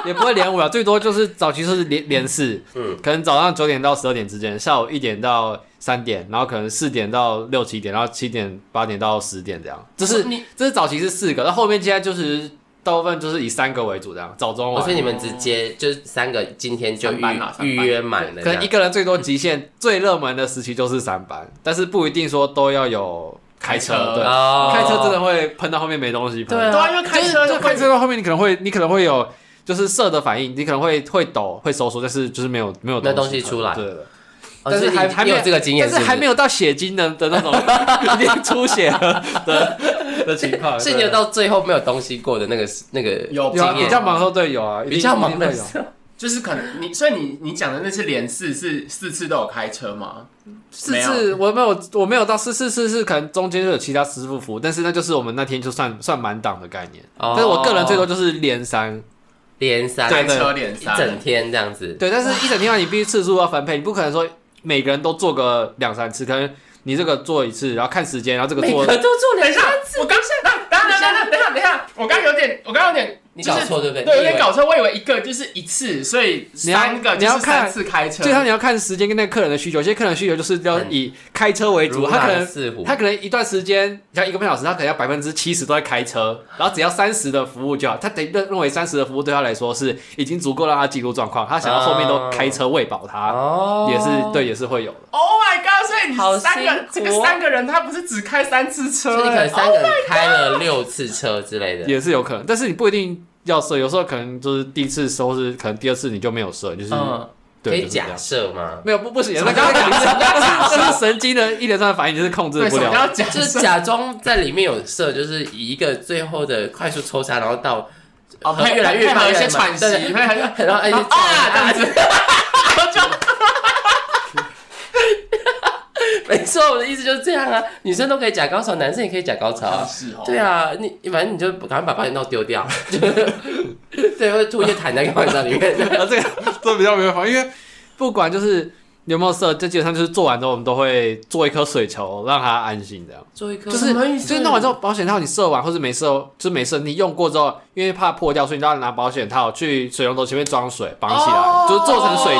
也不会连五了，最多就是早期就是连连四，
嗯
可能早上九点到十二点之间，下午一点到三点，然后可能四点到六七点，然后七点八点到十点这样。这是
你
这是早期是四个，那后面现在就是大部分就是以三个为主，这样早中
哦
晚
所以。你们直接就是三个今天就
三
预
班啊三班
预约满了这
可
样，
能一个人最多极限最热门的时期就是三班，但是不一定说都要有开车，
开车
对，
哦
开车真的会喷到后面没东西喷。
对
对啊，因为开车
就
就
开
开
车到后面，你可能会，你可能会有就是射的反应，你可能会会抖、会收缩，但是就是没有没有
没有东西
喷
出来
对的，
哦
但是
所以你
还还
你
没
有这个经验，
但是还没
有，
有到血精的的那种 已经出血了 的的情况。
所以你有
对
到最后没有东西过的那个那个
有
有啊
经
比
验
较忙的时候对有啊，一定
比较忙
一定
的
会有
时候，
就是可能你，所以你你讲的那次连四是四次都有开车吗？
四次我没有我没有到四次四次，可能中间就有其他师傅服务，但是那就是我们那天就算算满档的概念。
哦
但是我个人最多就是连三，
连三
开
对
车连
一
三，
整天这样子，
对，但是一整天啊话你必须次数要分配，你不可能说每个人都做个两三次，可能你这个做一次，然后看时间，然后这个
每
做
个都做
等
两
一下，我刚下，等一下，等一下，等一下，我刚有点，我刚有点，
你搞错对不对？
对，有
你以
点
为
搞错，我以为一个就是一次，所以三个
你
就
要
是三次开车
最。后你要看时间跟那个客人的需求，有些客人需求就是要以开车为
嗯
主，
如
他可
狼
能
似虎，
他可能一段时间，像一个半小时，他可能要百分之七十都在开车，然后只要三十的服务就好。他等于认认为三十的服务对他来说是已经足够让他记录状况，他想要后面都开车喂饱他，
哦
也是对，，也是会有的。
Oh my god！所以
好辛苦
你三个
哦
这个三个人，他不是只开三次
所以
车
你可能
欸，
三个人开了六次车之类的，
也是有可能，但是你不一定要设，有时候可能就是第一次收，是可能第二次你就没有设，就是、
嗯，
可
对，
以
就是这样
假设吗？
没有不不行，那刚刚讲的是这是神经的一连串的反应，就是控制
对，
不
什么
了。
要假
就是
设？
假装在里面有设，就是以一个最后的快速抽查，然后到
哦
越来越
配
慢
合一些
越来越慢
喘息，
对
配合 一些
然后哎
啊这样子，
没错，我的意思就是这样啊，女生都可以假高潮，男生也可以假高潮啊。
是哦
对啊，你反正你就赶快把八点档丢掉， 对，会吐一些痰在高潮里面。
啊，这个这比较没办法，因为不管就是有没有设，这基本上就是做完之后，我们都会做一颗水球，让他安心这样。
做一颗
就是就是弄完之后，保险套你射完或是没射，就是没射，你用过之后，因为怕破掉，所以你都要拿保险套去水龙头前面装水绑起来，
哦
就是做成水球。对，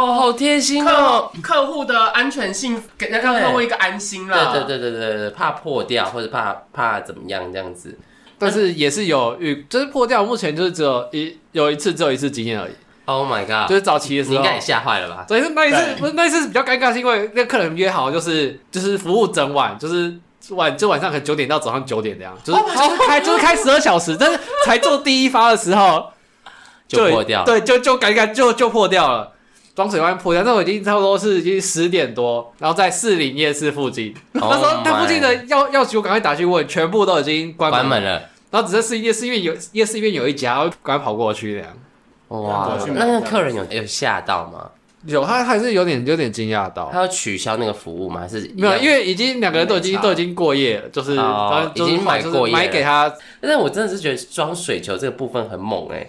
哦，好贴心哦。
客客户的安全性，给让让
对
客户一个安心
对
啦。
对对对对对，怕破掉或者怕怕怎么样这样子。
但是也是有遇，就是破掉，目前就是只有一有一次，只有一次经验而已，
Oh my
就
god！
是早期的时
你
候
应。该也吓坏了吧？
所以那一次
对
不是那一次比较尴尬，是因为那客人约好就是就是服务整晚，就是晚就晚上可能九点到早上九点这样，就是
哦
就是开就是开十二小时，但是才做第一发的时候
就破掉了。
对，就就尴尬，就就破掉了。装水湾破掉，那我已经差不多是已经十点多，然后在士林夜市附近，那时
Oh
候
my
那附近的药药局我赶快打去问，全部都已经关
关
门了，
门了，
然后只剩士林夜市，因为有夜市里面有一家，我赶快跑过去那样。
哇
我去！买
那那个客人有有吓到吗？
有他他还是有点有点惊讶到
他，要取消那个服务吗？还是
没有，因
为
为已经两个人都已
没
经
差
都已经过夜了，就是、
哦
然后就是
已经买
就是
过夜了
买给他，
但我真的是觉得装水球这个部分很猛哎。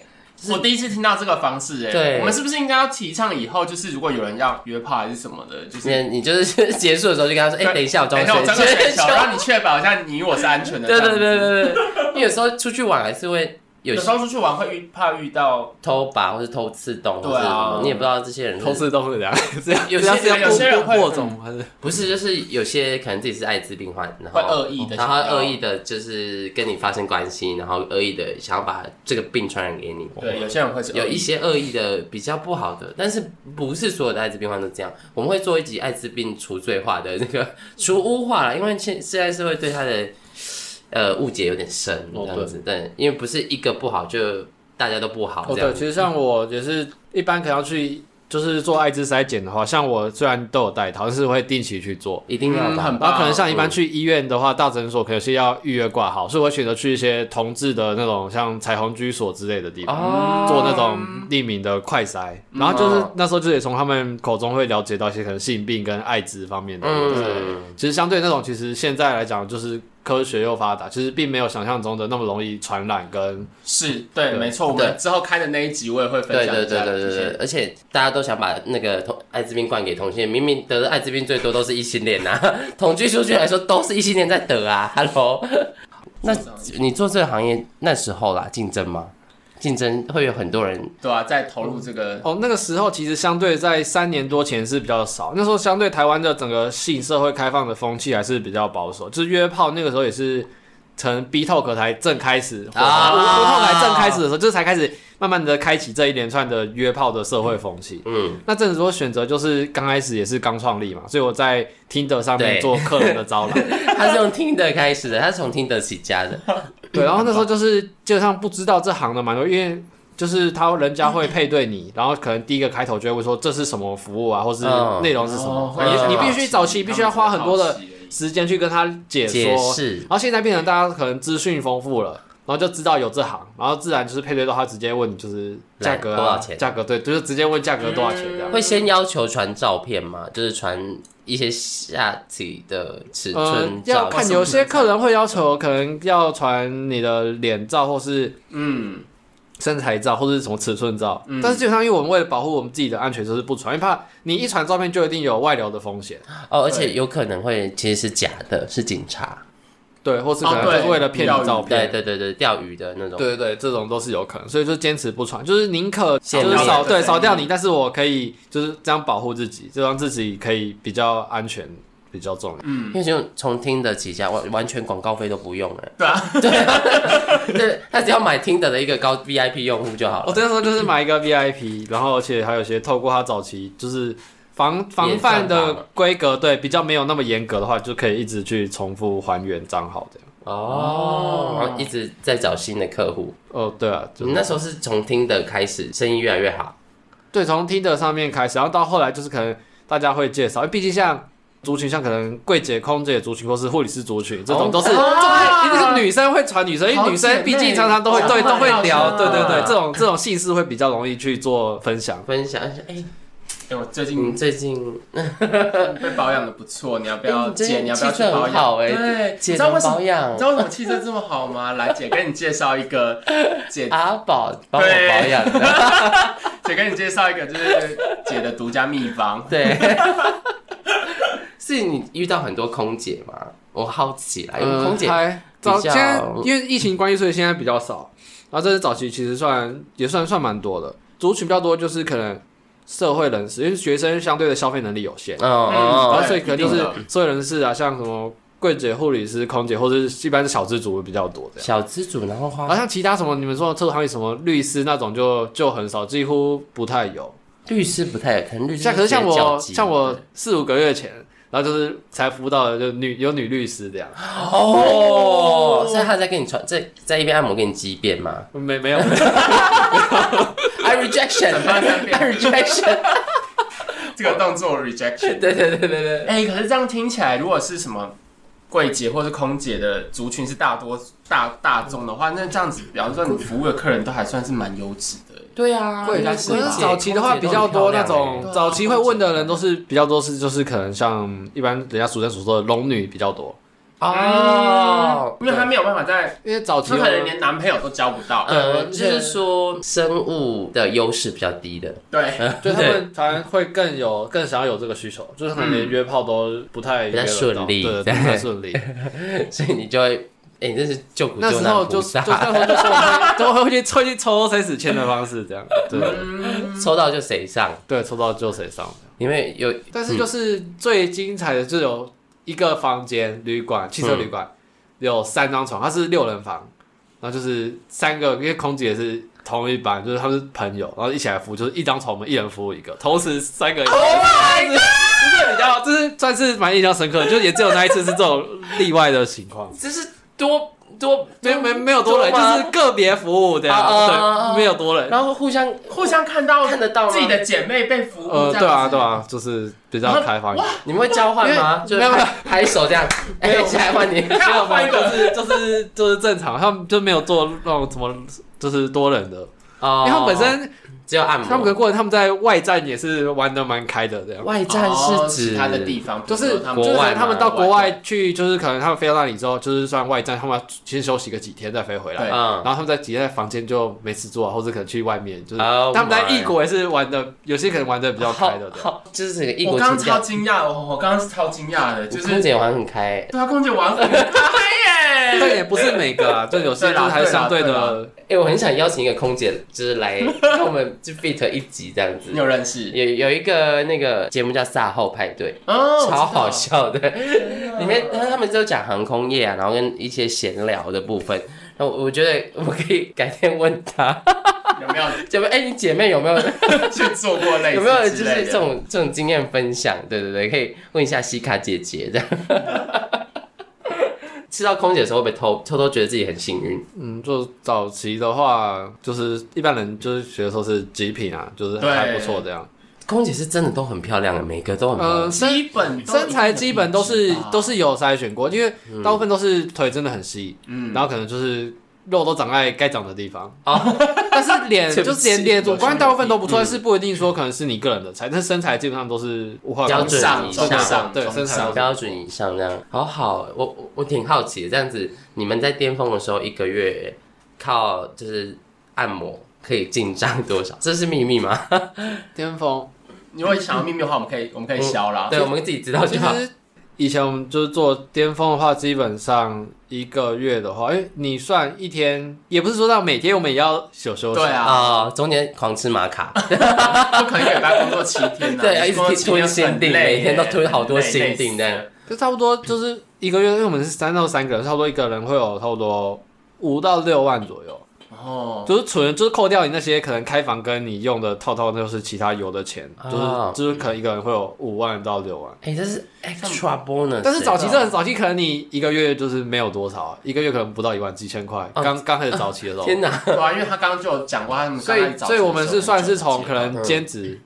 我第一次听到这个方式，哎，
对
我们是不是应该要提倡以后，就是如果有人要约炮还是什么的，就是
你你就是结束的时候就跟他说，哎，
对
等一下我
等
装
一下我
水
装个水
球
球，。让你确保一下你我是安全的。
对
这
对
样
对
子
对对对， 因为有时候出去玩还是会有
有时候出去玩会遇怕遇到，
偷拔或是偷刺洞，或
对
是
啊
什么，你也不知道这些人是
同事都是这样，这样
有
这样
些
是要
有些人
播
会
播种还是
不是就是有些可能自己是艾滋病患，然
会
后
恶意的
然
想
后哦
要，
恶意的就是跟你发生关系，然后恶意的想要把这个病传染给你。
对，有些人会是恶意
有一些恶意的比较不好的，但是不是所有的艾滋病患都这样。我们会做一集艾滋病除罪化的那个除污化啦，因为现现在社会对他的呃误解有点深，这
哦
样子。对，因为不是一个不好就大家都不好
哦，
这样
对，其实像我也是一般可能要去就是做艾滋筛检的话，像我虽然都有带套，但是会定期去做。
一定要
嗯
吧。
很
然
棒
后可能像一般去医院的话，大诊所可能是要预约挂号，所以我会选择去一些同志的那种像彩虹居所之类的地方。
哦
做那种匿名的快筛，然后就是那时候就也从他们口中会了解到一些可能性病跟艾滋方面的东西。
嗯，
其实相对那种，其实现在来讲，就是科学又发达，其实并没有想象中的那么容易传染跟
是对，
对
没错。我
对
们之后开的那一集我也会分
对
享
对
一
对
下。
对对
谢
对，
谢
而且大家都想把那个同艾滋病灌给同性恋，明明得的艾滋病最多都是异性恋呐、啊 统计数据来说都是异性恋在得啊，Hello。那你做这个行业那时候啦，竞争吗？竞争会有很多人
对啊，在投入这个
哦，那个时候其实相对在三年多前是比较少，那时候相对台湾的整个性社会开放的风气还是比较保守，就是约炮那个时候也是成 B Talk 才正开始，或
啊
B Talk 才正开始的时候，就是才开始慢慢的开启这一连串的约炮的社会风气。
嗯，
那正直说选择就是刚开始也是刚创立嘛，所以我在 Tinder 上
对
面做客人的招揽，
他是用听的开始的，他是从听的起家的，
对，然后那
嗯
时候就是基本上不知道这行的蛮多，因为就是他人家会配 对你，然后可能第一个开头就会问说这是什么服务啊，或是
嗯
内容是什么，
会有
你你必须
哦好奇
早期必须要花很多
他们会
的
好奇而已
时间去跟他解
解
说，
释
然后现在变成大家可能资讯丰富了。然后就知道有这行，然后自然就是配对到他直接问你就是价格、啊、
来多少钱嗯
价格对，就是直接问价格多少钱这样。呃
会先要求传照片吗？就是传一些下体的尺
呃
寸，
要
照片，
看有些客人会要求，可能要传你的脸照或是
嗯，
身材照或者是什么尺寸照，
嗯
但是基本上因为我们为了保护我们自己的安全，就是不传，因为怕你一传照片就一定有外流的风险，
哦，而且有可能会其实是假的，是警察，
对，或是
哦
可能就是为了骗
对
你照
对
片，
对对对，钓鱼的那种，
对对对，这种都是有可能，所以就坚持不传，就是宁可
少
就是
掉
少
你
对
对
少掉你，但是我可以就是这样保护自己，就让自己可以比较安全，比较重要。
因为就从听的起家，完完全广告费都不用哎，
对啊，
对，他只要买听的的一个高 VIP 用户就好了。
我那时候就是买一个 VIP，然后而且还有一些透过它早期就是防防范
演算法
的规格，对比较没有那么严格的话，就可以一直去重复还原账号这样。
哦，然后一直在找新的客户。
哦，对啊，就
你那时候是从听的开始，生意越来越好。
对，从 Tinder 上面开始，然后到后来就是可能大家会介绍，因为毕竟像族群，像可能柜姐、空姐族群或是护理师族群，这种都是、
啊
这不是一定是女生会传女生，因为女
好姐妹
生毕竟常常都会对
好
都会
好
聊，
好
对对对
好，
这种这种姓氏会比较容易去做分享。
分享一下，哎、
哎，我最
你
嗯
近
最近
被保养的不错，你要不要
哎你最近
姐？你要不要
气
去
色很
保养
好？哎
对，你
姐
知道为
能
什么
保？
你
养
知，道为什么气色这么好吗？来，姐跟你介绍一个，姐
阿宝帮我保养 的，
姐跟你介绍一个，就是姐的独家秘方。
对。是你遇到很多空姐吗？我好奇啦，因为
呃
空姐
还早
比较
现在因为疫情关系，所以现在比较少。然后这是早期，其实算也算算蛮多的，族群比较多，就是可能社会人士，因为学生相对的消费能力有限，
嗯嗯
然
嗯
后
对
所以可能就
一
是
定的
社会人士啊，像什么柜姐、护理师、空姐，或者是一般是小资族比较多这样。
小资主，然后
啊
然后
花
像其他什么你们说的厕所行业什么律师那种就就很少，几乎不太有。
律师不太可能，律师
像可是像
直接叫
我
鸡
像我四五个月前，然后就是才服务到的就女有女律师这样，
哦，所以他在跟你传，在在一边按摩给你激变 吗
没没有。
？I rejection，
整段三 遍
I rejection，
这个动作 rejection。
对 对对对对，
哎、可是这样听起来，如果是什么柜姐或是空姐的族群是大多大大众的话，那这样子，比方说你服务的客人都还算是蛮优质的。
对啊，
贵
应
应
该
该
是
是
可
吧
是
吧
早期的话比较多那
空姐都很漂亮欸
种
对啊
早期会问的人都是比较多是就是可能像一般人家俗称所说的龙女比较多，
哦，
因为他没有办法在，
因为早期
他可能连男朋友都交不到。
呃，就是说生物的优势比较低的，
对，
就他们才会更有更想要有这个需求，就是可能连约炮都不太
比较
约得到
顺利
对，不太顺利。
所以你就会，哎，你这是救苦
那
救
时
难
候就
菩
就那时
萨，
候就说我们都会去会去抽生死签的方式这样，对
抽到就谁上，
对，抽到就谁上。
你们有
但是就是最精彩的，就有一个房间旅馆，汽车旅馆、有三张床，它是六人房，然后就是三个，因为空姐是同一班，就是他们是朋友，然后一起来服务，就是一张床我们一人服务一个， 同时三个人。就是就是比较，就是算是蛮印象深刻的，就也只有那一次是这种例外的情况，
这是多多
没没没有多人，就
吗
是个别服务这样
啊啊啊啊啊
对，没有多人。
然后互相
互相看到
看得到吗
自己的姐妹被服务，
呃，
这样子
对啊，对，啊，就是比较
然后
开放一点。
你们会交换吗？就
因
是
为没有
拍拍手 这样，哎，起来换你。
没有，没有，就是就是就是正常，他们就没有做那种什么，就是多人的，
哦
因为他们本身
只有按摩，
他们可能过程他们在外站也是玩的蛮开的这样，
外
但
战
哦是
是
指
指
他的地方，
就是
比如说他
就
们
是
国
可
外嘛
能他们到
国外
国外去，就是可能他们飞到那里之后，就是算外站，他们要先休息个几天再飞回来
对，
嗯
然，后他们在几天在房间就没事做啊，或者可能去外面，就是
Oh
他们在
my
异国也是玩的，有些可能玩的比较开的这样。
好，好就是整个异
我
国
刚
情
刚
调，
超惊哦讶，我我刚刚是超惊讶的，就
空
是
姐玩很开，
对啊，空姐玩很开耶，
但也也不是每个啊，就有些就是还是相对
对啦对
的，
哎、我很想邀请一个空姐，就是来跟我们就 fit 一集这 样子
你。有认识？
有有一个那个节目叫《赛后派对》，
哦，我知
超
道
好笑 的。里面他他们就讲航空业啊，然后跟一些闲聊的部分。那我我觉得我可以改天问她，
有没有
姐妹，哎、你姐妹有没有
去做过类似
有没有就
之类
是
的
这种这种经验分享？对对对，可以问一下西卡姐姐这样。 吃到空姐的时候，会不会偷偷偷觉得自己很幸运？
嗯，就早期的话，就是一般人就是学的时候是极品啊，就是还
对
不错这样。
空姐是真的都很漂亮的，每个都哦很漂亮。
呃
基本
身材基本都是都
是
是有筛选过，因为
嗯
大部分都是腿真的很细，
嗯
然后可能就是肉都长在该长的地方
哦
但是 脸
对
就
不
是
起
脸脸主
有
观
些
大部分都不
嗯
错，但是不一定说可能是你个人的菜，但是身材基本上都是无话可
标
说
准
上
以
中
上
上
对
中
身材
上
标准以上这样，好好，我我我挺好奇的，这样子你们在巅峰的时候，一个月靠就是按摩可以进账多少？这是秘密吗？
巅峰。
如果想要秘密的话，我们可以我们可以消啦。
对，我们自己知道
其
就好。
实以前我们就是做巅峰的话，基本上一个月的话，因为你算一天，也不是说到每天我们也要休休息
对，啊，
啊、中间狂吃玛卡，
不可能给大家工作七天呐。
对啊，一
工作
直
七天
吞
很
心定，
累
每天都吞好多
很累
心定这样。
就差不多就是一个月，因为我们是三到三个人，差不多一个人会有差不多五到六万左右，
哦，
就是纯就是扣掉你那些可能开房跟你用的套套，就是其他油的钱，
啊
就是、
哦
就是可能一个人会有五万到六万。
哎、这是 extra
啊
bonus，
但是早
欸
期真的很早期，可能你一个月就是没有多少，啊一个月可能不到一万几千块。
啊
哦
刚刚开始早期的时候，
天哪，
对啊，因为他刚刚就有讲过，
嗯
他们
所
刚
以，
才早
所以我
期
们
的
是
时候
算是从
就
可
有
能兼职，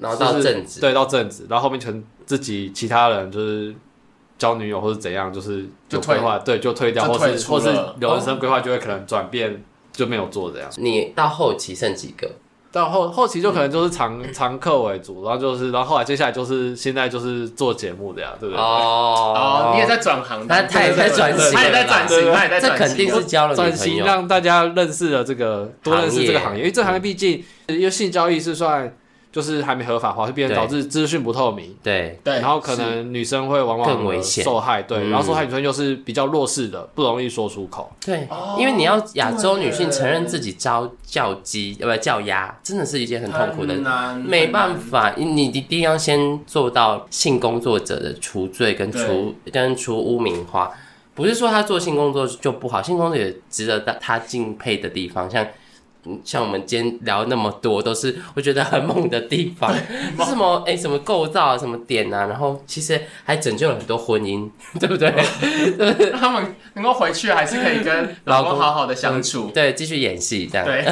然后到
就是
正职，
对，到正职，然后后面全自己其他人就是交女友或是怎样，就是
就
有
退
规划，对，就退掉，
就
或
退
是
出
或是
了
有人
哦
生规划就会可能转变，就没有做这样。
你到后期剩几个？
到后后期就
嗯
可能就是常常客为主，然后就是，然后后来接下来就是现在就是做节目的呀，对不对？
哦
哦，你也，在转行，
他他也在转型
他也在转
对对
型，
对
他也在
这
转型，啊
肯定是交了女
转
朋
型
友。
让大家认识了这个，多认识这个
行业嗯
行业，因为这行业毕竟呃因为性交易是算就是还没合法化，是变成
对
导致资讯不透明。
对，
对，
然后可能女生会往往
更危险
受害，对，
嗯
然后受害女生又是比较弱势的，不容易说出口。
对
哦，
因为你要亚洲女性
对
承认自己招叫鸡，呃，不叫鸭，真的是一件很痛苦的
很。难
没办
很难
法，你你一定要先做到性工作者的除罪跟除跟除污名化。不是说他做性工作就不好，性工作也值得他敬佩的地方，像嗯像我们今天聊那么多，都是我觉得很猛的地方，是什么哎、什么构造啊，什么点啊，然后其实还拯救了很多婚姻， 对不对？
他们能够回去，还是可以跟老公好好的相处。
对，继续演戏这样。
对，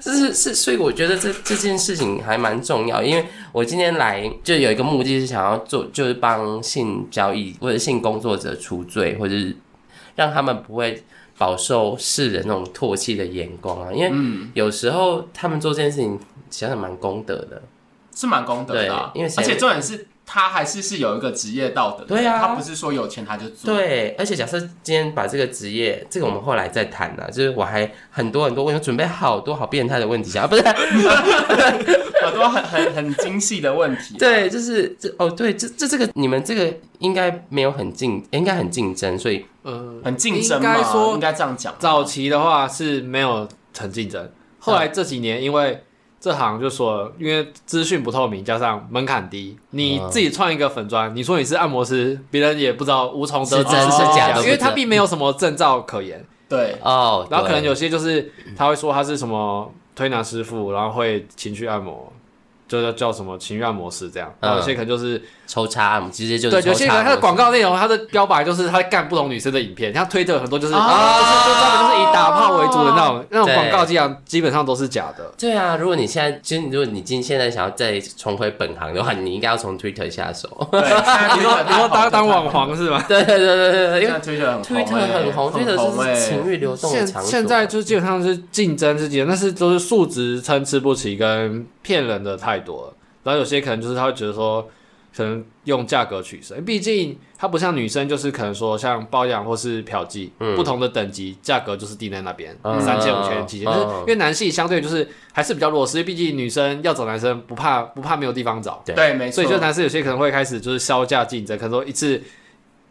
是是，所以我觉得这这件事情还蛮重要，因为我今天来就有一个目的是想要做，就是帮性交易或者性工作者除罪，或者是让他们不会饱受世人那种唾弃的眼光啊。因为
嗯，
有时候他们做这件事情想想蛮功德的，
是蛮功德的啊、
对因为谁
而且重点是他还是是有一个职业道德的，
对啊
他不是说有钱他就做，
对，而且假设今天把这个职业，这个我们后来再谈啦、就是我还很多很多，我有准备好多好变态的问题想，啊，不是。
很多很很很精细的问题。啊
对，就是这哦，对，这这这个你们这个应该没有很竞，应该很竞争，所以
嗯，
很竞争
应
嘛，
该说
应该这样讲。
早期的话是没有很竞争，后来这几年因为这行就说了，因为资讯不透明，加上门槛低，你
嗯
自己创一个粉砖，你说你是按摩师，别人也不知道，无从得
是
知
真
哦
是假
哦
的，
因为他并没有什么证照可言。
对，
哦，
然后可能
对
有些就是他会说他是什么推拿师傅，然后会情趣按摩，就是叫什么情欲按摩师这样。然后
嗯
有些可能就是、
抽插，我们直接就是
对，
抽
有些
插
人他的
模
广告内容，他的标榜就是他在干不同女生的影片，像推特很多就是、
啊
就是就专门就是以打炮为主的那种那
哦
种
对
广告，基本上基本上都是假的。
式对啊，如果你现在，其实如果你今现在想要再重回本行的话，你应该要从 Twitter 下手。
对，你
你说你说当当网，红是吗？
对对对对对对，
现
因为
在推特很
Twitter 很红
红欸
欸
推特
，Twitter 是情欲流动的
现
场所。
现在就是基本上是竞争之间，但是都是数值参差不齐，跟骗人的太多了。然后有些可能就是他会觉得说，可能用价格取胜，毕竟它不像女生，就是可能说像包养或是嫖妓，
嗯
不同的等级价格就是定在那边，
嗯
三千五千七千。
嗯
但是因为男性相对就是还是比较弱势，因为毕竟女生要找男生不怕不怕没有地方找，
对，没错，
所以就男生有些可能会开始就是销价竞争，可能说一次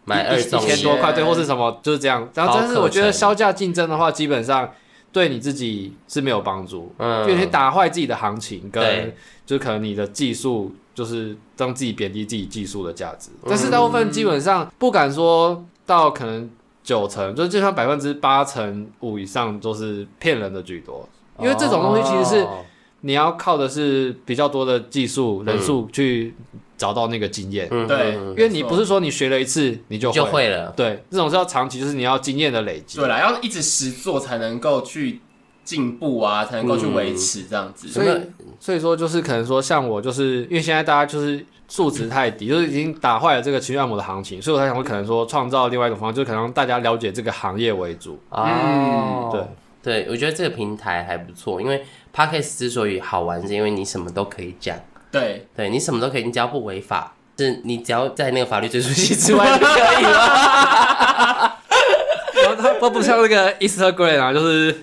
买二
一
送
千多
一，
块，对，或是什么，就是这样。然后，
包
但是
课
我觉得
程
销价竞争的话，基本上对你自己是没有帮助，
嗯
就有些打坏自己的行情，跟
对
就是可能你的技术，就是让自己贬低自己技术的价值。但
嗯
是大部分基本上不敢说到可能九成，就是就算百分之八成五以上都是骗人的居多，因为这种东西其实是
哦
你要靠的是比较多的技术人数去找到那个经验。
嗯
对
嗯嗯
因为你不是说你学了一次你就
嗯就
会，
会了，
对，这种是要长期，就是你要经验的累积。
对啦，要一直实做才能够去进步啊，才能够去
嗯
维持这样子。
所
有
以
没有
所以说就是可能说像我，就是因为现在大家就是素质太低，就是已经打坏了这个情绪按摩的行情，所以我才想说可能说创造另外一种方式，就是可能让大家了解这个行业为主。
哦，
嗯对
对，我觉得这个平台还不错，因为 podcast 之所以好玩，是因为你什么都可以讲，
对，
对你什么都可以，你只要不违法，是你只要在那个法律追溯期之外就可以了。
然后它不不像那个 Instagram 啊，就是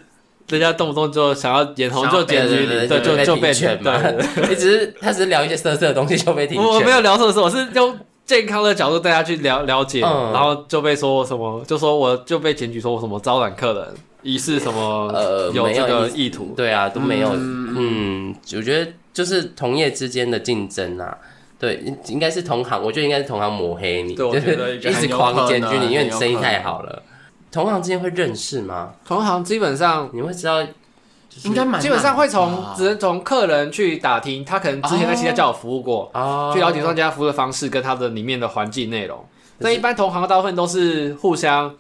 人家动不动就想要眼红就检举你， 对，就就
被
被
停权
对
嘛
对。
你只是他只是聊一些色色的东西就被停
我我
权
没，有聊什么事，我是用健康的角度带他去了了解，
嗯
然后就被说我什么，就说我就被检举说我什么招揽客人，疑似什么
呃，
有
没
这
有
个意图。
对啊，都没有。
嗯
嗯，我觉得就是同业之间的竞争啊，对，应应该是同行，我觉得应该是同行抹黑你，
对我
就
觉
是
得应该
一
很
直
有
狂
可
检
能
举你，因为你
很有
生意
可
太
能
好了。同行之间会认识吗？
同行基本上
你会知道，就是
应该蛮
基本上会从
啊
只能从客人去打听，他可能之前在其他家有服务过，
哦，
去了解商家服务的方式跟他的里面的环境内容。那一般同行大部分都是互相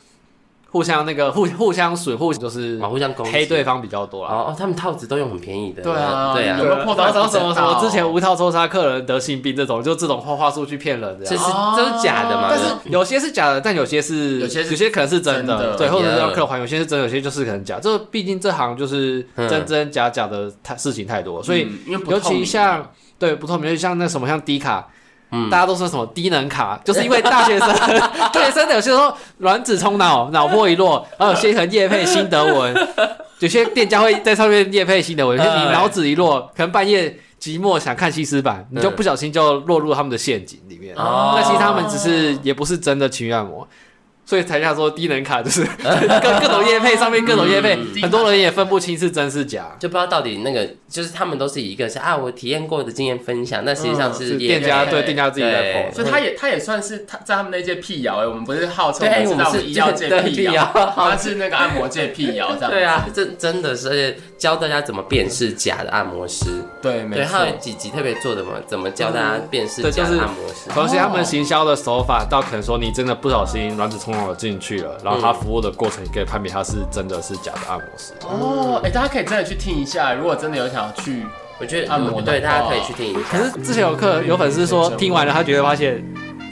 互相那个互互相损，互就是
啊，互相攻击
黑对方比较多啦。
哦哦，他们套子都用很便宜的，
对啊
对
有
啊
没，有破到
然后什么什
不
么什
知道
么之前无套抽杀客人得性病这种，就这种话话术去骗人这
这
样。
是
哦
这是假的嘛？
但是有些是假的，但有些是
有些是
有些可能是真
真的
的，对，或者是让
嗯
客人还，有些是真的，有些就是可能假。这毕竟这行就是
嗯
真真假假的太事情太多，所以
嗯因为不
尤
透明
其
嘛
像对不透明，尤其像那什么像低卡，
嗯
大家都说什么低能卡，就是因为大学生， 大学生有些时候卵子冲脑，脑波一落， 然后有些可能叶配新德文，有些店家会在上面叶配新德文，就是你
呃
嗯
脑子一落，可能半夜寂寞想看西施版，你就不小心就落入他们的陷阱里面。
哦
那其实他们只是也不是真的情欲按摩。所以台下说低能卡就是 各各种叶配上面各种叶配
嗯，
很多人也分不清是真是假。
就不知道到底那个，就是他们都是一个是啊，我体验过的经验分享，但实际上
呃嗯是
是哎业
店
配
家
对
对店家自己在
对
PO 的。
所以他也他也算是他在他们那届辟谣哎，我们不是号
嗯
称
对
我们
我们
是
是
医药界
对
辟
辟
谣
谣，
他是那个按摩界辟谣这样。
对啊，这真的是而且教大家怎么辨识假的按摩师。
对，没
对，
错
他。有几集特别做的嘛，怎么教大家辨识
对
假
就是
的按摩师。
同时，他们行销的手法，到可能说你真的不小心卵子冲脑进去了，然后他服务的过程，你可以判别他是真的是假的按摩师。
哦，哎，大家可以真的去听一下，如果真的有想要去，
我觉得
按摩的
对，大家
话
可以去听一
可
下。
是之前有客有粉丝说，听完了他觉得发现，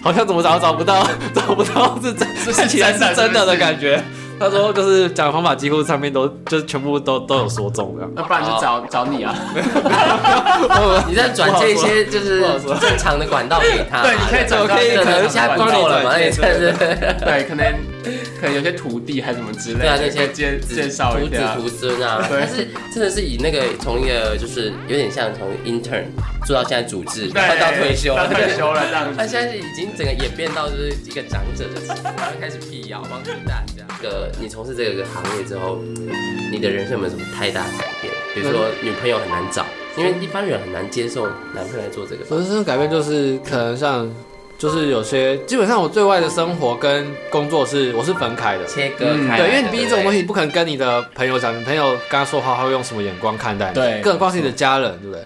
好像怎么找找不到，找不到是真，
是
看起来是
真的
真的
是不
的
是
感觉。他说就是讲的方法几乎上面都就是全部都都有说中的。
那不然就找找 你啊。
你再转接一些就是
不好说
正常的管道给他嘛。
对，你可以找
我
到
可以
正
可
常
能
的
现在
管
不
道
够了嘛，那
对
你真的是
对，可能可能有些徒弟还是什么之类
对啊，
的，
那些
可以介
子
介绍一
徒子
下。
徒孙啊，
对
但是真的是以那个从一个就是有点像从 intern 做到现在主治，
对
然后到退休，
到退休了这样
他
子。
现在是已经整个演变到就是一个长者的层次，然后开始辟谣帮助大家。这个你从事这个行业之后，你的人生有没有什么太大改变？比如
嗯
说女朋友很难找，因为一般人很难接受男朋友在做这个。
我人生改变就是可能像，就是有些基本上我对外的生活跟工作是我是分开的，
切割
嗯
开来的，
对，因为你毕竟这种东西，
西，
你不可能跟你的朋友讲，你朋友跟他说话，他会用什么眼光看待你？
对
更何况是你的家人，对不对？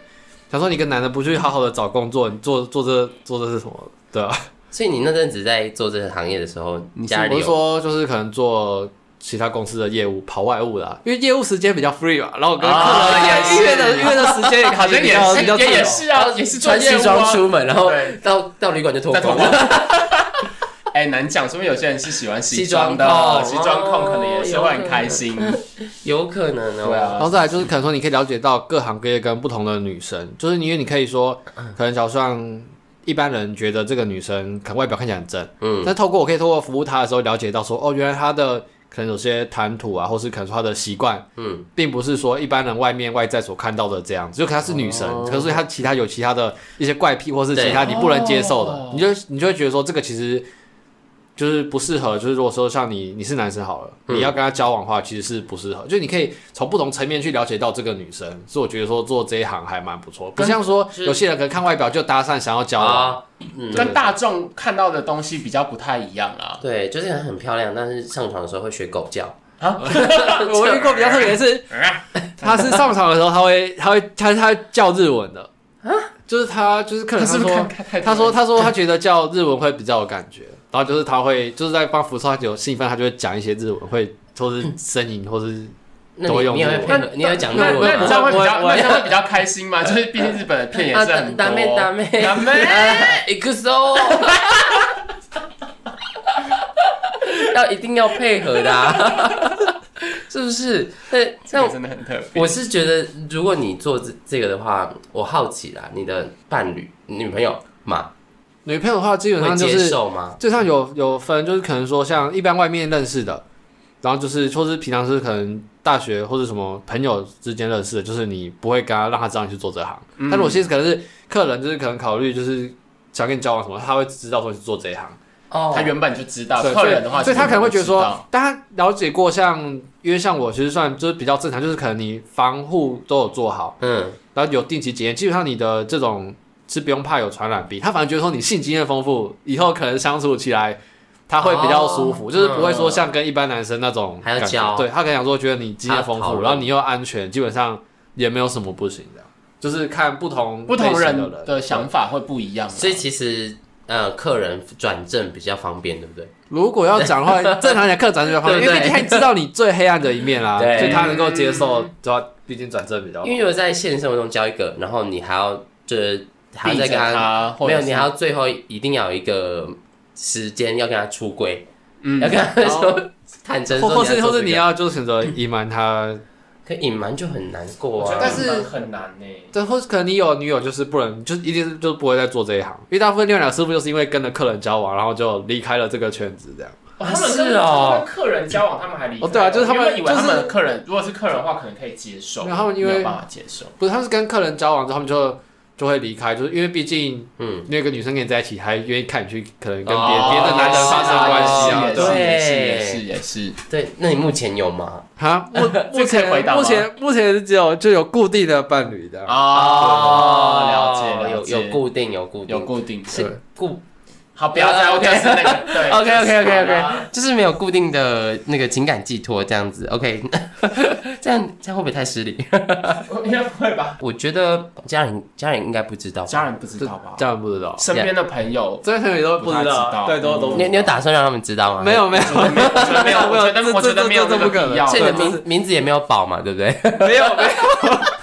想说你一个男的不去好好的找工作，你做做这做这是什么？对啊，
所以你那阵子在做这个行业的时候，家
我
里
是
有
说就是可能做其他公司的业务跑外务啦，因为业务时间比较 free 嘛，然后我跟客
啊
人约
也
约
是
的约的时 间好
好像
像
也
较比
是，
较自
也也
由。
是啊，也是做
哦穿
业
西
务
装
啊
出门，然后
对
到到旅馆就脱
在脱
光
光
了。
哎、难讲，说明有些人是喜欢西装
西装
的，
控
西装控
哦
可能也是会很开心。
有可能哦。
对啊
然后再来就是可能说，你可以了解到各行各业跟不同的女生，就是因为你可以说，可能假如像一般人觉得这个女生可能外表看起来很正，
嗯，
但透过我可以透过服务她的时候了解到说，哦，原来她的可能有些谈吐啊，或是可能说她的习惯，
嗯，
并不是说一般人外面外在所看到的这样子，就可能她是女神，
哦
可是她其他有其他的一些怪癖，或是其他你不能接受
对
的，你就你就会觉得说这个其实就是不适合，就是如果说像你你是男生好了，
嗯
你要跟她交往的话，其实是不适合。就是你可以从不同层面去了解到这个女生，所以我觉得说做这一行还蛮不错，不像说
是
有些人可能看外表就搭讪想要交往。
啊，嗯，
跟大众看到的东西比较不太一样啦。
对，就是很漂亮，但是上床的时候会学狗叫，
啊
我遇过比较特别的 是，他是上场的时候他会他会他他会叫日文的，就是他就是客人
啊
他
是不是看
说
看太多
他说他说他觉得叫日文会比较有感觉，然后就是他会就是在帮服务，他有兴奋，他就会讲一些日文，会或是声音或是
那
都
你
用
你也会
日文
配合，你也会讲日
那
文
那你
吗
这？样会比较，
我我
那你这样会比较开心吗？就是毕竟日本的片也
啊，
是很多。
ダメダメ
ダ メ
行くぞ。 要一定要配合的、啊， 是不是？对，
这
那
个真的很特别。
我是觉得，如果你做这这个的话，我好奇啦，你的伴侣、女朋友嘛，
女朋友的话，基本
会
上就
接
是
受吗？
这上有有分，就是可能说像一般外面认识的，然后就是或是平常是可能大学或者什么朋友之间认识的，就是你不会跟他让他知道你去做这行。
嗯
但如果其实可能是客人，就是可能考虑就是想跟你交往什么，他会知道说你去做这一行。
哦
他原本就知道，
对
客人的话，
所以所以他可能会觉得
知道
说，大家了解过像，因为像我其实算就是比较正常，就是可能你防护都有做好，
嗯，
然后有定期检验，基本上你的这种是不用怕有传染病。他反而觉得说你性经验丰富，以后可能相处起来他会比较舒服，嗯
哦
就是不会说像跟一般男生那种
还要
感觉
教
对他可能想说觉得你经验丰
还要讨
富，
论
然后你又安全，基本上也没有什么不行的。就是看不同
不同
类型
人
的人
的想法会不一样啊。
所以其实呃，客人转正比较方便，对不对？
如果要讲的 话，正常讲客转正就好，因
对不
为
对
毕竟他知道你最黑暗的一面啦，
对
所以他能够接受，主要毕竟转正比较好
因。为如果在现实生活中交一个，然后你还要就是还要
避
再
着
跟他，
他，或
没
者
有，
是
你还要最后一定要有一个时间要跟他出轨，
嗯
要跟他
然后
说坦诚
或
说
或是
要做
或
这
是你
个，
要就是选择隐瞒他
可隐瞒就很难过啊。
但是
很难呢。
对，或是可能你有女友，就是不能，就是一定是就不会再做这一行，因为大部分六鸟师傅就是因为跟着客人交往，然后就离开了这个圈子，这样。
哦他们跟是哦他们跟
客人交往，他们还理
哦对啊就是他们我原本以为他们就是
客人，如果是客人的话，可能可以接受
然后因为
法接受。
不是，他们是跟客人交往之后，他们就就会离开，就是因为毕竟
嗯，
那个女生跟你在一起，还愿意看你去可能跟别
哦
别的男人发生关系啊，
也
对吧
是
对
也是也是也是，
对，那你目前有吗？
哈，目
这
目
可以回答
前
吗啊
目前目前是只有就有固定的伴侣的，
哦，了解了解，
有有固定有固定
有固定
是固
好，不要再
OK
就是那个对
OK OK OK
就是哎好啦
OK，就是没有固定的那个情感寄托这样子。OK，这样这样会不会太失礼？
应该不会吧？
我觉得家人家人应该不知道吧。
家人不知道吧？
这样不知道，
身边的朋友，
这些朋友都
不太知道嗯
对，都都
你你有打算让他们知道吗？
没有没有
我觉得没有，我觉
没
得
有
我觉得没有
这这这
这个必要，
所以你的
这
名名字也没有保嘛，对不对？
没有没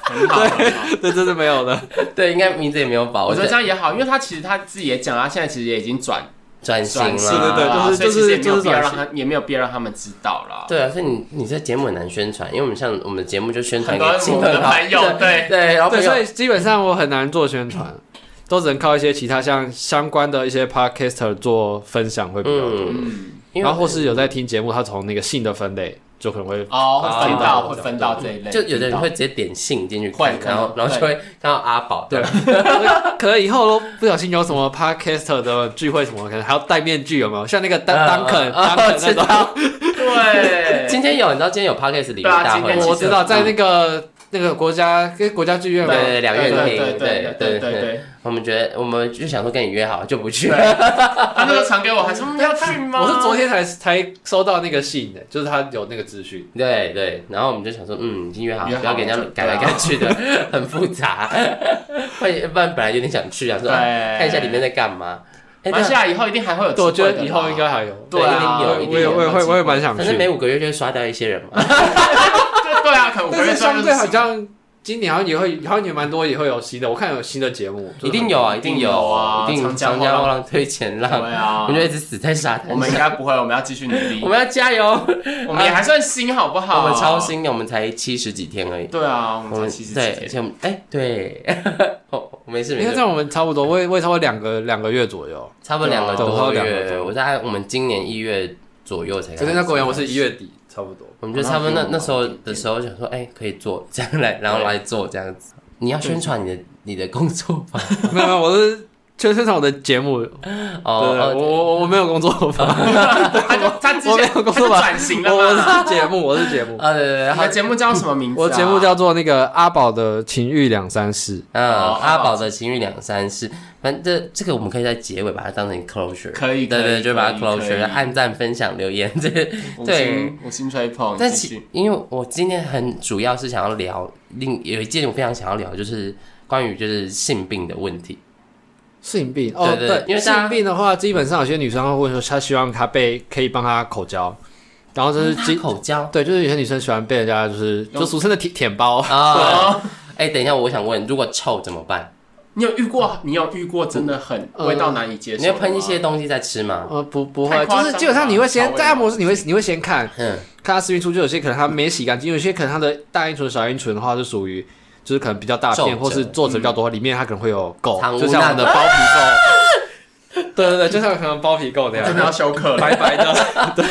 很好。很好
有，这真是没有的。
对，应该名字也没有保。
我觉得这
样
样也好，因为他其实他自己也讲，他现在其实也已经转
转型
转型
了，
对对
了，
对
所以
就是
其实也没
就
有
是
必要
转
让
型
他，也没有必要让他们知道啦。
对啊，所以你你这节目很难宣传，因为我们像我们节目就宣传
很
给
多我
亲
们
朋
的
好
朋友，对，
对，然后
对，
朋
所
友
以基本上我很难做宣传，都只能靠一些其他像相关的一些 podcaster 做分享会比较多。
嗯，
嗯，
因为
然后或是有在听节目，他从那个性的分类就可能会
哦，会分到
啊
会分到这一类，
就有的人会直接点信进去看
会，
然后
会
然后就会看到阿宝对，
可能以后都不小心有什么 podcaster 的聚会什么，可能还要戴面具，有没有？像那个
嗯
Dan
嗯
Duncan
嗯
Duncan
知
那
道
种，
对，
今天有，你知道今天有 podcast 礼物
对啊
大
今天
会
其
吗，
实
我知道在那个那个国家跟国家剧院嘛，
对两院
对
厅，
对
对
对对对，
我们觉得我们就想说跟你约好就不去，
他那时候传给我，还说嗯要去吗？
我是昨天才才收到那个信的，就是他有那个资讯。
对对，然后我们就想说，嗯，已经约好，
约好
不要给人家
了啊
改来改去 的，很复杂。会不然本来有点想去啊，说
对
啊看一下里面在干嘛。哎，
马
但
来西亚以后一定还会有机
对，
会
我
的
觉
啦，
得以后应该还有。
对啊，
对一定有
我也我也会我也蛮想去
反。正每五个月就会刷掉一些人嘛。
对对啊，可能五个
但
月
是
算就
相
是
对好像今年好像也会，好像也蛮多也会有新的，我看有新的节目，
一定有啊，一
一
定
定
有
有啊
一定
长江
长江
后
后
浪
浪推前
对
浪，
啊，
我们就一直死在沙滩
我们应
上。
该不会，我们要继续努 力
我，们要加油，
我们也还算新好不好？
我们超。新的，我们才七十几天而已。
对啊，我
我
们
们
才七十
对，而
几天。
且我们哎对， 哦没事没
应该
事
在，我们差不多，我也我也差不多两个两个月左右。
差不多两个
对啊差不
多
多两个
月，
多
我在我们今年一月左右才开始。
可是在果园我是一月底差不多。
我们就差不多
好
那
那
那时候的时候想说，哎、可以做 这样来，然后来做这样子。你要宣传你的你的工作吧？
没有没有，我是全身场的节目，对
哦
我我我没有工作法，
他就他之
我没
前
有
他
工
就
作吧
转型了
我我
嘛。
是节目，我是节目
哦，，啊对对对，
你
好
的节目叫什么名字啊？
我节目叫做那个阿宝的情欲两三事。
嗯，
哦
阿宝的情欲两三事，反正这这个我们可以在结尾把它当成 closure，
可以
对
可以
对，就把它
可以可以
closure，按赞、分享、留言这
五
对。
星五星吹捧。
但
继续
其因为我今天很主要是想要聊另有一件我非常想要聊，就是关于就是性病的问题。
性病哦，
对对因为大家
性病的话，基本上有些女生会问说，她希望她被可以帮她口交，然后就是
是
基、
口交
对，就是有些女生喜欢被人家就是就俗称的舔舔包，
哦
啊！哎，等一下，我想问，如果臭怎么办？
你有遇过？你有遇过真的很
呃
味道难以接受？
你要喷一些。东西再吃吗？
呃，不不
太
会，
夸
就
张
是基本上你会先
了吧
在按摩室，你会你会先看
嗯，
看她私密处，就有些可能她没洗干净，有些可能她的大阴唇、小阴唇的话是属于。就是可能比较大
皱
片，
褶
或是皱褶比较
嗯
多，里面它可能会有垢
藏，污
就像我们
纳
的包皮 垢。对对对，就像可能包皮垢那
真的
样，
要休克了，
白白的。对，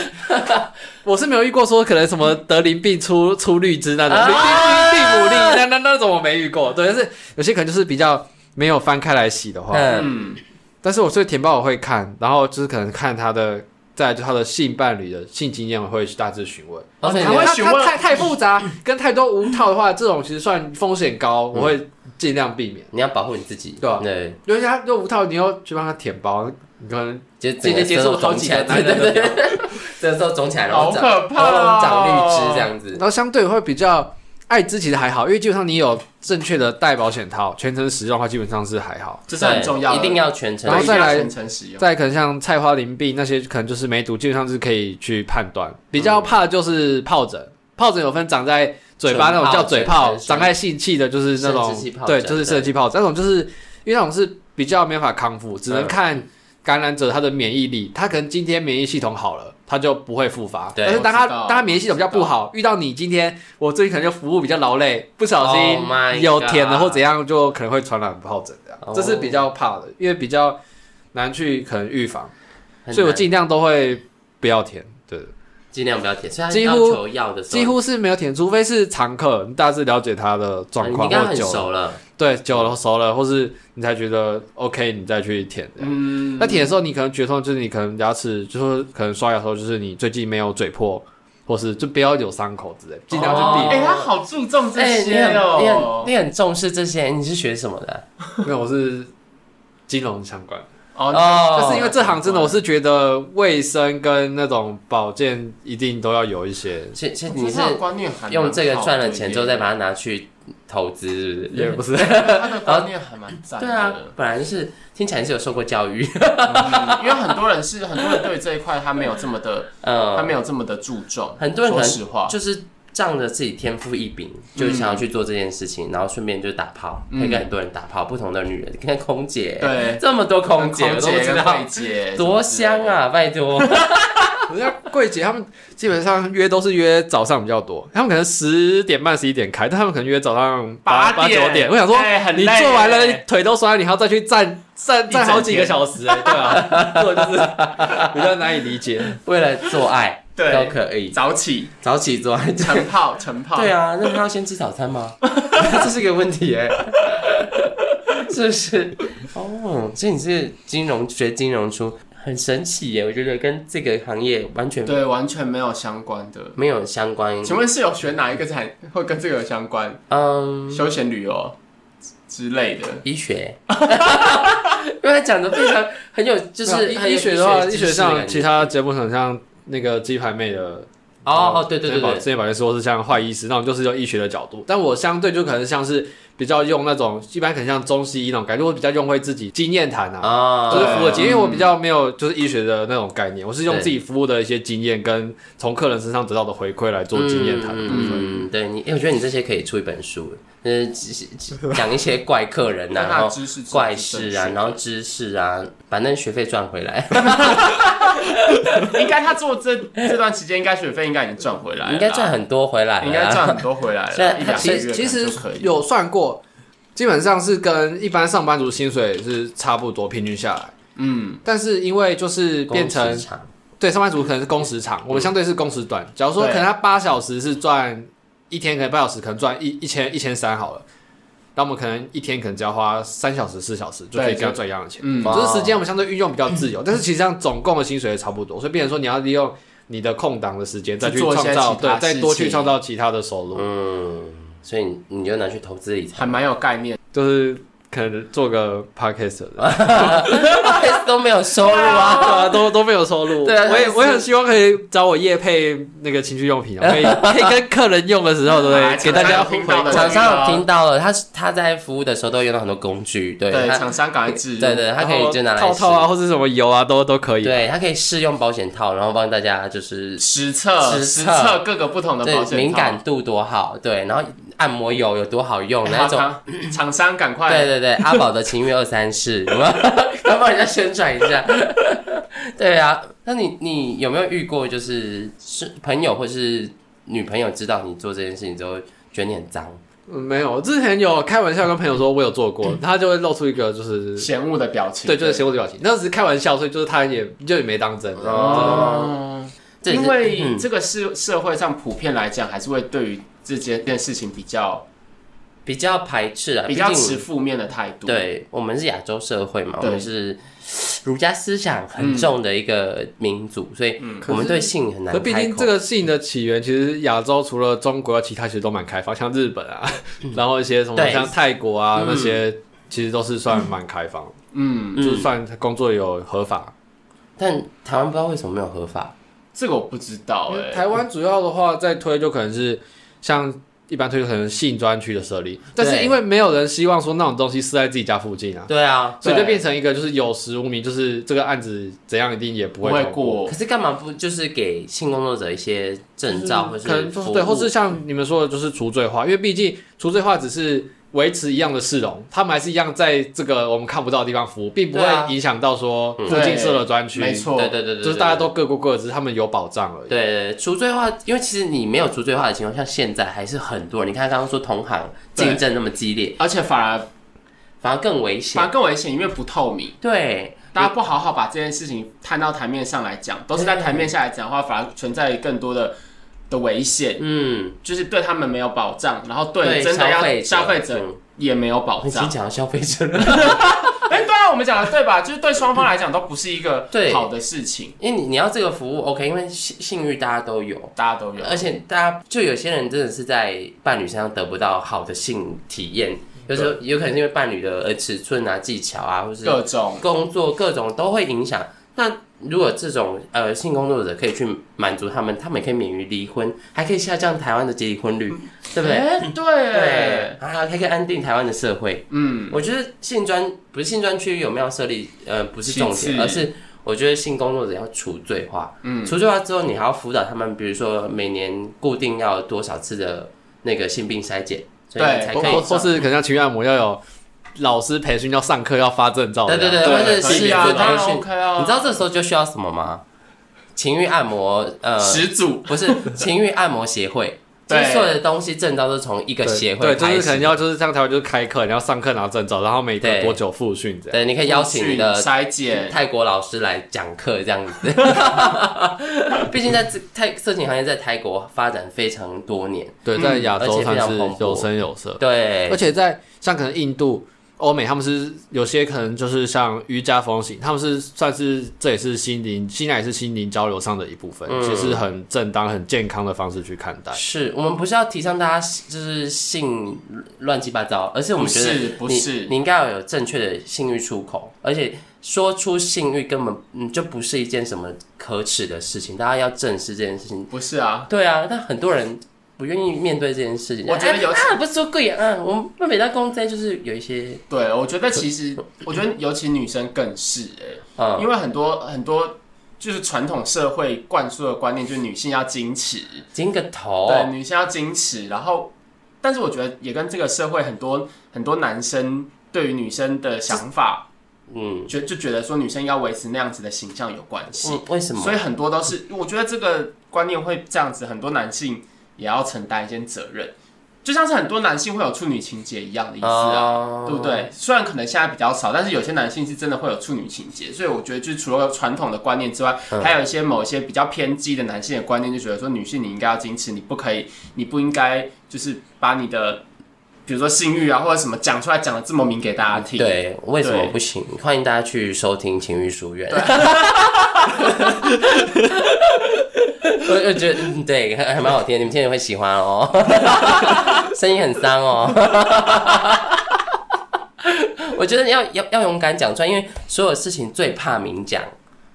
我是没有遇过说可能什么得淋病出出绿枝那种，
啊
绿病病母粒那那那种我没遇过。对，但是有些可能就是比较没有翻开来洗的话，
嗯，
嗯，
但是我对填报我会看，然后就是可能看他的，再来就他的性伴侣的性经验，我会去大致询问。
而且
还会
他
询问
他太太复杂 跟太多无套的话，这种其实算风险高，我会尽量避免。
你要保护你自己，
对啊
对，
尤其他又无套，你又去帮他舔包，你可能
就
直接接触好几个
对
男人
对
的
对
屌，，
这时候肿起来，然
好
后长
可怕
然
哦
后长绿枝这样子
然。后相对会比较艾滋其实还好，因为基本上你有正确的戴保险套，全程使用的话基本上是还好。
这是很重要的，
一定要全
对，
程
然后再来
一定要全程使用。
再可能像菜花淋病那些，可能就是梅毒，基本上是可以去判断。比较怕的就是疱疹，疱疹有分长在嘴巴那
唇
种
疱
叫嘴
疹
泡，
跟生
长在性器的就是那种
生殖器疱疹
对，就是生殖器疱疹那种，就是因为那种是比较没法康复，只能
嗯
看感染者他的免疫力，他可能今天免疫系统好了，他就不会复发。
对
但是当
我
他
知道
当他免疫系统比较不好，遇到你今天我最近可能就服务比较劳累，不小心
Oh my
有舔了
God
或怎样，就可能会传染疱疹这样
哦，
这是比较怕的，因为比较。难去可能预防，
很
所以我
难
尽量都会不要舔，对，
尽量不要舔，所以他
几
要
乎
求要的时候，哎
几乎是没有舔，除非是常客，你大致了解他的状
呃你
况
跟他
或
很
久了，
熟了，
对，久了熟了，或是你才觉得 OK，你再去舔。这样
嗯，
那舔的时候，你可能觉痛，就是你可能牙齿，就是可能刷牙的时候，就是你最近没有嘴破，或是就不要有伤口之类，尽量去避
哦
哎，
免。
他好注重这
哎、你
些
很你很
哦。
你很重视这些，你是学什么的？啊
没有，我是金融相关，
哦
但是因为这行真的，我是觉得卫生跟那种保健一定都要有一些。
其其实
你
你是
是哦观念还蛮好的
用这个赚了钱之后再把它
耶
拿去投资，是不
也
是？
不是，
他的观念还蛮赞的。
对啊，本来是听起来是有受过教育，
嗯，因为很多人是很多人对这一块他没有这么的， 他
嗯，
没有这么的注重。
很多人可
说
能
实话，
就是仗着自己天赋异禀，就想要去做这件事情，然后顺便就打炮，
嗯
会跟很多人打炮，不同的女人，你看空姐，
对
这么多 空姐，我
空
都不
姐
知
跟
道
柜，姐
多香！啊，拜托，
人家柜姐他们基本上约都是约早上比较多，他们可能十点半十一点开，但他们可能约早上八
八
八
点
九点。我想说，
哎很累
你做完了
耶
腿都酸，你还要再去站站
一整
站好几个 小时、哎，对啊，这种就是比较难以理解。
为了做爱
对
都可
什么之类的
以，
早起
早起做爱，
晨泡晨泡，
对啊，那他要先吃早餐 吗？这是个问题耶、 是不是？哦，所以你是金融学金融出，很神奇耶、我觉得跟这个行业完全
对，完全没有相关的。
没有相关。
请问是有选哪一个产会跟这个有相关？
嗯，
休闲旅游之类的，
医学，因为他讲的非常很有，就是
啊医
很有
医学的话，
知
医
识
学像
感
其他节目很像那个鸡排妹的
哦哦，对对对
之前保
对
之，前保健师或是像坏医师那种，就是用医学的角度。但我相对就可能像是比较用那种，一般可能像中西医那种感觉，我比较用会自己经验谈啊，
啊
就是
符
服
合
务
经
经
验
验，因为我比较没有就是医学的那种概念，我是用
对
自己服务的一些经验跟从客人身上得到的回馈来做经验谈的部分。
嗯，对你，因为我觉得你这些可以出一本书，呃，讲一些怪客人呐、
但
啊然
它
后
的知识
怪事啊，然后知识啊，把那学费赚回来，
应该他做这这段期间，应该学费应该已经赚回来了，
应该赚，很多回来、啊，啊
应该赚很多回来
现
了，
在
一两个
其
月
实
可
其
能
实
就可以。
有算过，基本上是跟一般上班族薪水是差不多，平均下来。
嗯，
但是因为就是变
工
成
时长
对上班族可能是工时长，我们相对是工时短。假如说
嗯对
可能他八小时是赚一天，可能八小时可能赚一一千一千三好了。那我们可能一天可能只要花三小时、四小时就可以
对
跟他赚一样的钱。
嗯
哇
就是时间我们相对运用比较自 由，但是其实上总共的薪水也差不多，所以变成说你要利用你的空档的时间再去
去做一
创
些
造，
其他
对，再多
事情
去创造其他的收入，
嗯，所以你你就拿去投资理财，
还蛮有概念。
就是可能做个 podcast 的，
都没有收入
对
啊。
啊，都都没有收入。
对啊
我
但
也
是
我也很希望可以找我叶配那个情趣 用品啊，可以可以跟客人用的时候，对不
哎
啊
对？给大家
厂商有听到的
厂商有听到了，他他在服务的时候都用到很多工具，对
对，
他
厂商赶快置入。
对对，他可以就拿来
套
试
套啊，，或是什么油啊，都都可以。
对，他可以试用保险套，然后帮大家就是
实测
实测
实测各个不同的保
对
险套
敏感度多好，对，然后按摩油有多好用，
哎
那
好
种
厂厂商赶快
对对对，阿宝的情欲二三事，有没 有？要帮人家宣传一下。 对啊，那你你有没有遇过，就是是朋友或是女朋友知道你做这件事情之后，觉得你很脏？
嗯，没有，之前有开玩笑跟朋友说我有做
嗯
过，他就会露出一个就是
嫌恶的表情。
对，就是嫌我的表情，那只是开玩笑，所以就是他也就也没当真。
哦。
这也是
因为
嗯
这个社社会上普遍来讲，还是会对于这件件事情比较
比较排斥啊，
比较
毕竟
持负面的态度。，
对，我们是亚洲社会嘛，我
对
们是儒家思想很重的一个民族，所以我们对性很难
嗯可
开
毕
口。
竟这个性的起源，其实亚洲除了中国，啊其他其实都蛮开放，像日本啊， 然后一些什
嗯
么
对嗯
像泰国啊那些，其实都是算蛮开放，
嗯，
就是
嗯，
算工作有合法。
但台湾不知道为什么没有合法，
这个我不知道
因为
哎。
台湾主要的话，在推就可能是像一般推就可能性专区的设立，但是
对
因为没有人希望说那种东西是在自己家附近啊，
对啊，
所以就
对
变成一个就是有实无名，就是这个案子怎样一定也不
不
会
会
通
过
可，是干嘛不就是给性工作者一些证照，或
嗯可能
服务
对，或是像你们说的，就是除罪化，因为毕竟除罪化只是维持一样的市容，他们还是一样在这个我们看不到的地方服务，并不
对啊
会影响到说
嗯
附近设了专区，
没，错，
对对对对，
哦就是大家都各过各的，只是他们有保障而已。
对对对除罪化，因为其实你没有除罪化的情况下，现在还是很多人。你看刚刚说同行
对
竞争那么激烈，
而且反而
反而更危
反
险。
而更危险，因为不透明。
对，
大家不好好把这件事情摊到台面上来讲，都是在台面下来讲的话，反而存在更多的的危险，
嗯，
就是对他们没有保障，然后
对
对真的
消费
要
者
消费者
嗯
也没有保
已经
障。
讲到消费者 了，
哎，对啊，我们讲的对吧？就是对双方来讲都不是一个
对
好的事情，
因为你你要这个服务 OK，因为性性欲大家都有。
大家都有。
而且大家就有些人真的是在伴侣身上得不到好的性体验，有时候有可能是因为伴侣的呃尺寸啊、技巧啊，或是
各种
工作各种都会影响。那如果这种呃性工作者可以去满足他们，他们也可以免于离婚，还可以下降台湾的结离婚率，对不对？
哎，对，
对，啊，还可以安定台湾的社会。
嗯，
我觉得性专不是性专区有没有设立，呃，不是重
其
点，
次
而是我觉得性工作者要除罪化。
嗯
除罪化之后，你还要辅导他们，比如说每年固定要有多少次的那个性病筛检，所以
对
你才
或
可
或
以。
或是可能像情绪按摩要有老师培训，要上课，要发证照这
对
样。
对对，
对
或者
可以
是
啊
做
当然
培训
OK 啊
你知道这时候就需要什么吗？情欲按摩，呃，
始祖
不是情欲按摩协 会，就
对
是所有的东西证照都是从一个
对
协会
对，就
开
是可能
始。
要就是像台湾就是开课，你要上课拿证照，然后每
对
隔多久复训这样。
对，你可以邀请你的
筛检，
泰国老师来讲课这样子。 毕竟在这泰色情行业在泰国发展非常多年，
对，
嗯
在亚
而
洲
且非
算
常
是
蓬勃
有声有色。
对
而，且在像可能印度、欧美，他们是有些可能就是像瑜伽风行，他们是算是这也是心灵，现在也是心灵交流上的一部分，
嗯
其实很正当、很健康的方式去看待。
是我们不是要提倡大家就是性乱七八糟，而是我们
不
觉得
是不
你
是
你，应该要有正确的性欲出口，而且说出性欲根本嗯就不是一件什么可耻的事情，大家要正视这件事情。
不是啊，
对啊，但很多人不愿意面对这件事情。
我觉得
哎
有
啊，不是说贵啊，啊我们那北大公在就是有一些
对，我觉得其实，我觉得尤其女生更是哎、
嗯，
因为很多很多就是传统社会灌输的观念，就是女性要矜持，
剪个头，
对，女性要矜持。然后，但是我觉得也跟这个社会很多很多男生对于女生的想法，
嗯
觉就觉得说女生要维持那样子的形象有关系，
嗯，为什么？
所以很多都是我觉得这个观念会这样子，很多男性也要承担一些责任，就像是很多男性会有处女情节一样的意思啊。
啊
对不？对？虽然可能现在比较少，但是有些男性是真的会有处女情节，所以我觉得就是除了传统的观念之外，
嗯
还有一些某一些比较偏激的男性的观念，就觉得说女性你应该要矜持，你不可以，你不应该就是把你的比如说性欲啊，或者什么讲出来讲的这么明给大家听。
对，为什么不行？欢迎大家去收听情欲书院。我 我觉得嗯对，还还蛮好听，你们听了会喜欢哦。 声音很伤哦。 我觉得要要要勇敢讲出来，因为所有事情最怕明讲。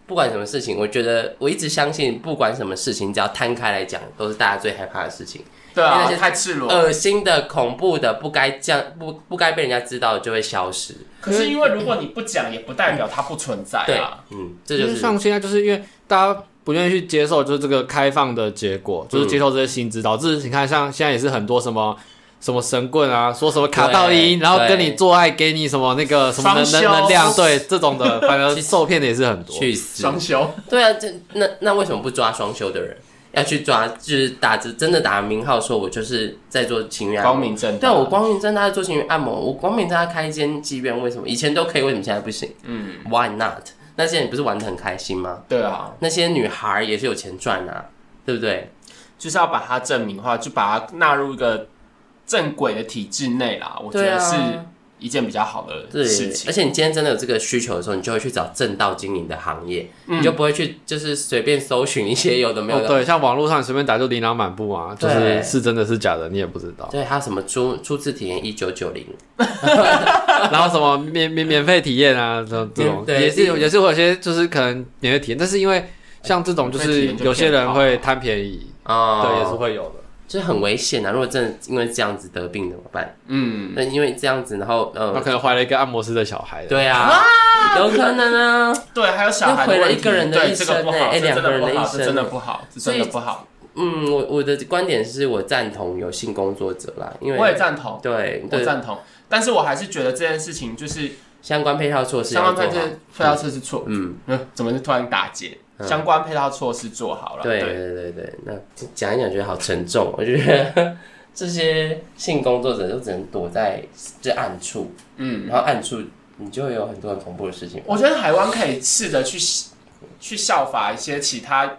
不管什么事情，我觉得我一直相信，不管什么事情，只要摊开来讲，都是大家最害怕的事情。
对
因为
啊
那些，呃
太赤裸。
恶心的、恐怖的、不该这样、不不该被人家知道的就会消失。
可是因为如果你不讲，也不代表它不存在
对
啊。，
嗯，这
就
就是是
像现在，就是因为大家不愿意去接受，就是这个开放的结果，
嗯
就是接受这些新知，导致你看，像现在也是很多什么。什么神棍啊，说什么卡道
对
音，然后跟你
对
做爱，给你什么那个什么能
双修
能能量，对这种的， 反而受骗的也是很多。
去死！
双休，
对啊，这那那为什么不抓双休的人？要去抓，就是打着真的打名号说，我就是在做情欲按
光
摩。
明正
对
大。
啊，我光明正大在做情欲按摩，我光明正大开一间妓院，为什么以前都可以，为什么现在不行？嗯，Why not？那些人不是玩的很开心吗？
对啊，
那些女孩儿也是有钱赚啊，对不对？
就是要把它证明化，就把它纳入一个正轨的体制内啦。我觉
对
得
啊，
是一件比较好的
对
事，情
而。且你今天真的有这个需求的时候，你就会去找正道经营的行业，
嗯
你就不会去就是随便搜寻一些有的没有
哦，
的。
对，像网络上随便打就琳琅满目啊，就是
对
是真的是假的你也不
。
知道
对，还有什么初初次体验一九九零，
然后什么免免免费体验啊，这种这种
对
也是有
对
也是会有些就是可能免费体验，但是因为像这种就
免费体
是
验就
有些
骗
人
炮
会贪便宜，
哦，
对，也是会有的。
就是很危险啊！如果真的因为这样子得病怎么办？
嗯，
那因为这样子，然后
他
呃，
可能怀了一个按摩师的小孩。
对啊，有可能啊。
对，还有小
那
孩的
毁了
问题
一个人的
对
一
这个不
生欸
好，
哎
这真
两个
的
人的
不好，
一
这真的
生
不好，这
所以
真的不好。
嗯，我我的观点是我赞同有性工作者啦，因
我也
为
赞同，
对
我
对
赞同，但是我还是觉得这件事情就是
相关配套措施
相
要
关
做
配
好
套。配套措施错，
嗯，
嗯，怎么是突然打结？
嗯
相关配套措施做好了，
对对对对对。那讲一讲觉得好沉重，我觉得 这些性工作者就只能躲在这暗处，
嗯，
然后暗处你就会有很多很恐怖的事情。
我觉得台湾可以试着去去效法一些其他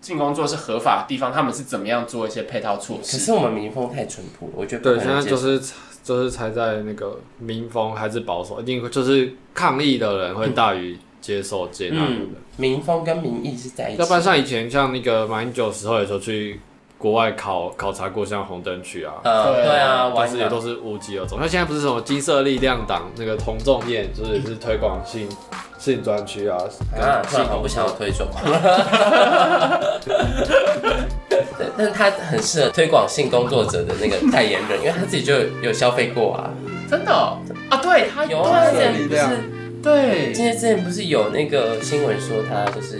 性工作是合法的地方，他们是怎么样做一些配套措
可
施。
是我们民风太淳朴了，我觉得不
对，
可
现
能
在
接
就
受
是就是才在那个民风还是保守，一定会就是抗议的人会大于接受接纳的人
嗯。，民风跟民意是在一起。
要不然像以前像那个马英九时候有时候去国外考考察过像红灯区啊，
呃，
对
对啊，
啊
但
玩
是也
的
都是无疾而终。那现在不是什么金色力量党那个同众宴，就是是推广性性专区啊，
啊，
性
算了，我
同
不想我推崇。 对，但是他很适合推广性工作者的那个代言人，因为他自己就有消费过啊。
真的哦啊，对他
有啊，之
对
前
力
不
量
是，
对
今天之前不是有那个新闻说他就是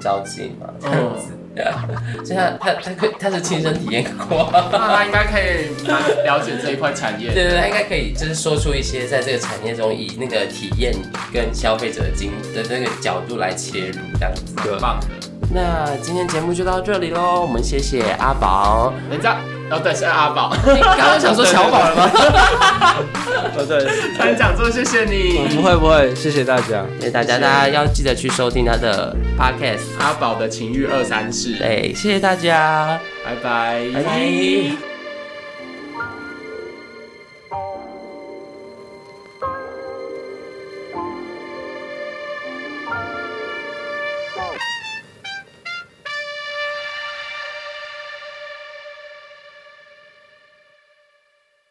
招妓嘛，这样
嗯
子。 所以他他他可他是亲身体验过，
哦那他应该可以蛮了解这一块产业。
对对对，他应该可以就是说出一些在这个产业中以那个体验跟消费者的经的那个角度来切入这样子。
很棒的。
那今天节目就到这里喽，我们谢谢阿宝。
人家哦，对，是阿宝，
你刚刚想说小宝了吗？
哦对，
他讲座，谢谢你，
不会不会，谢谢大家。
谢谢大家，大家要记得去收听他的 podcast。
阿宝的情欲二三事，
对，谢谢大家，
拜拜，
拜拜。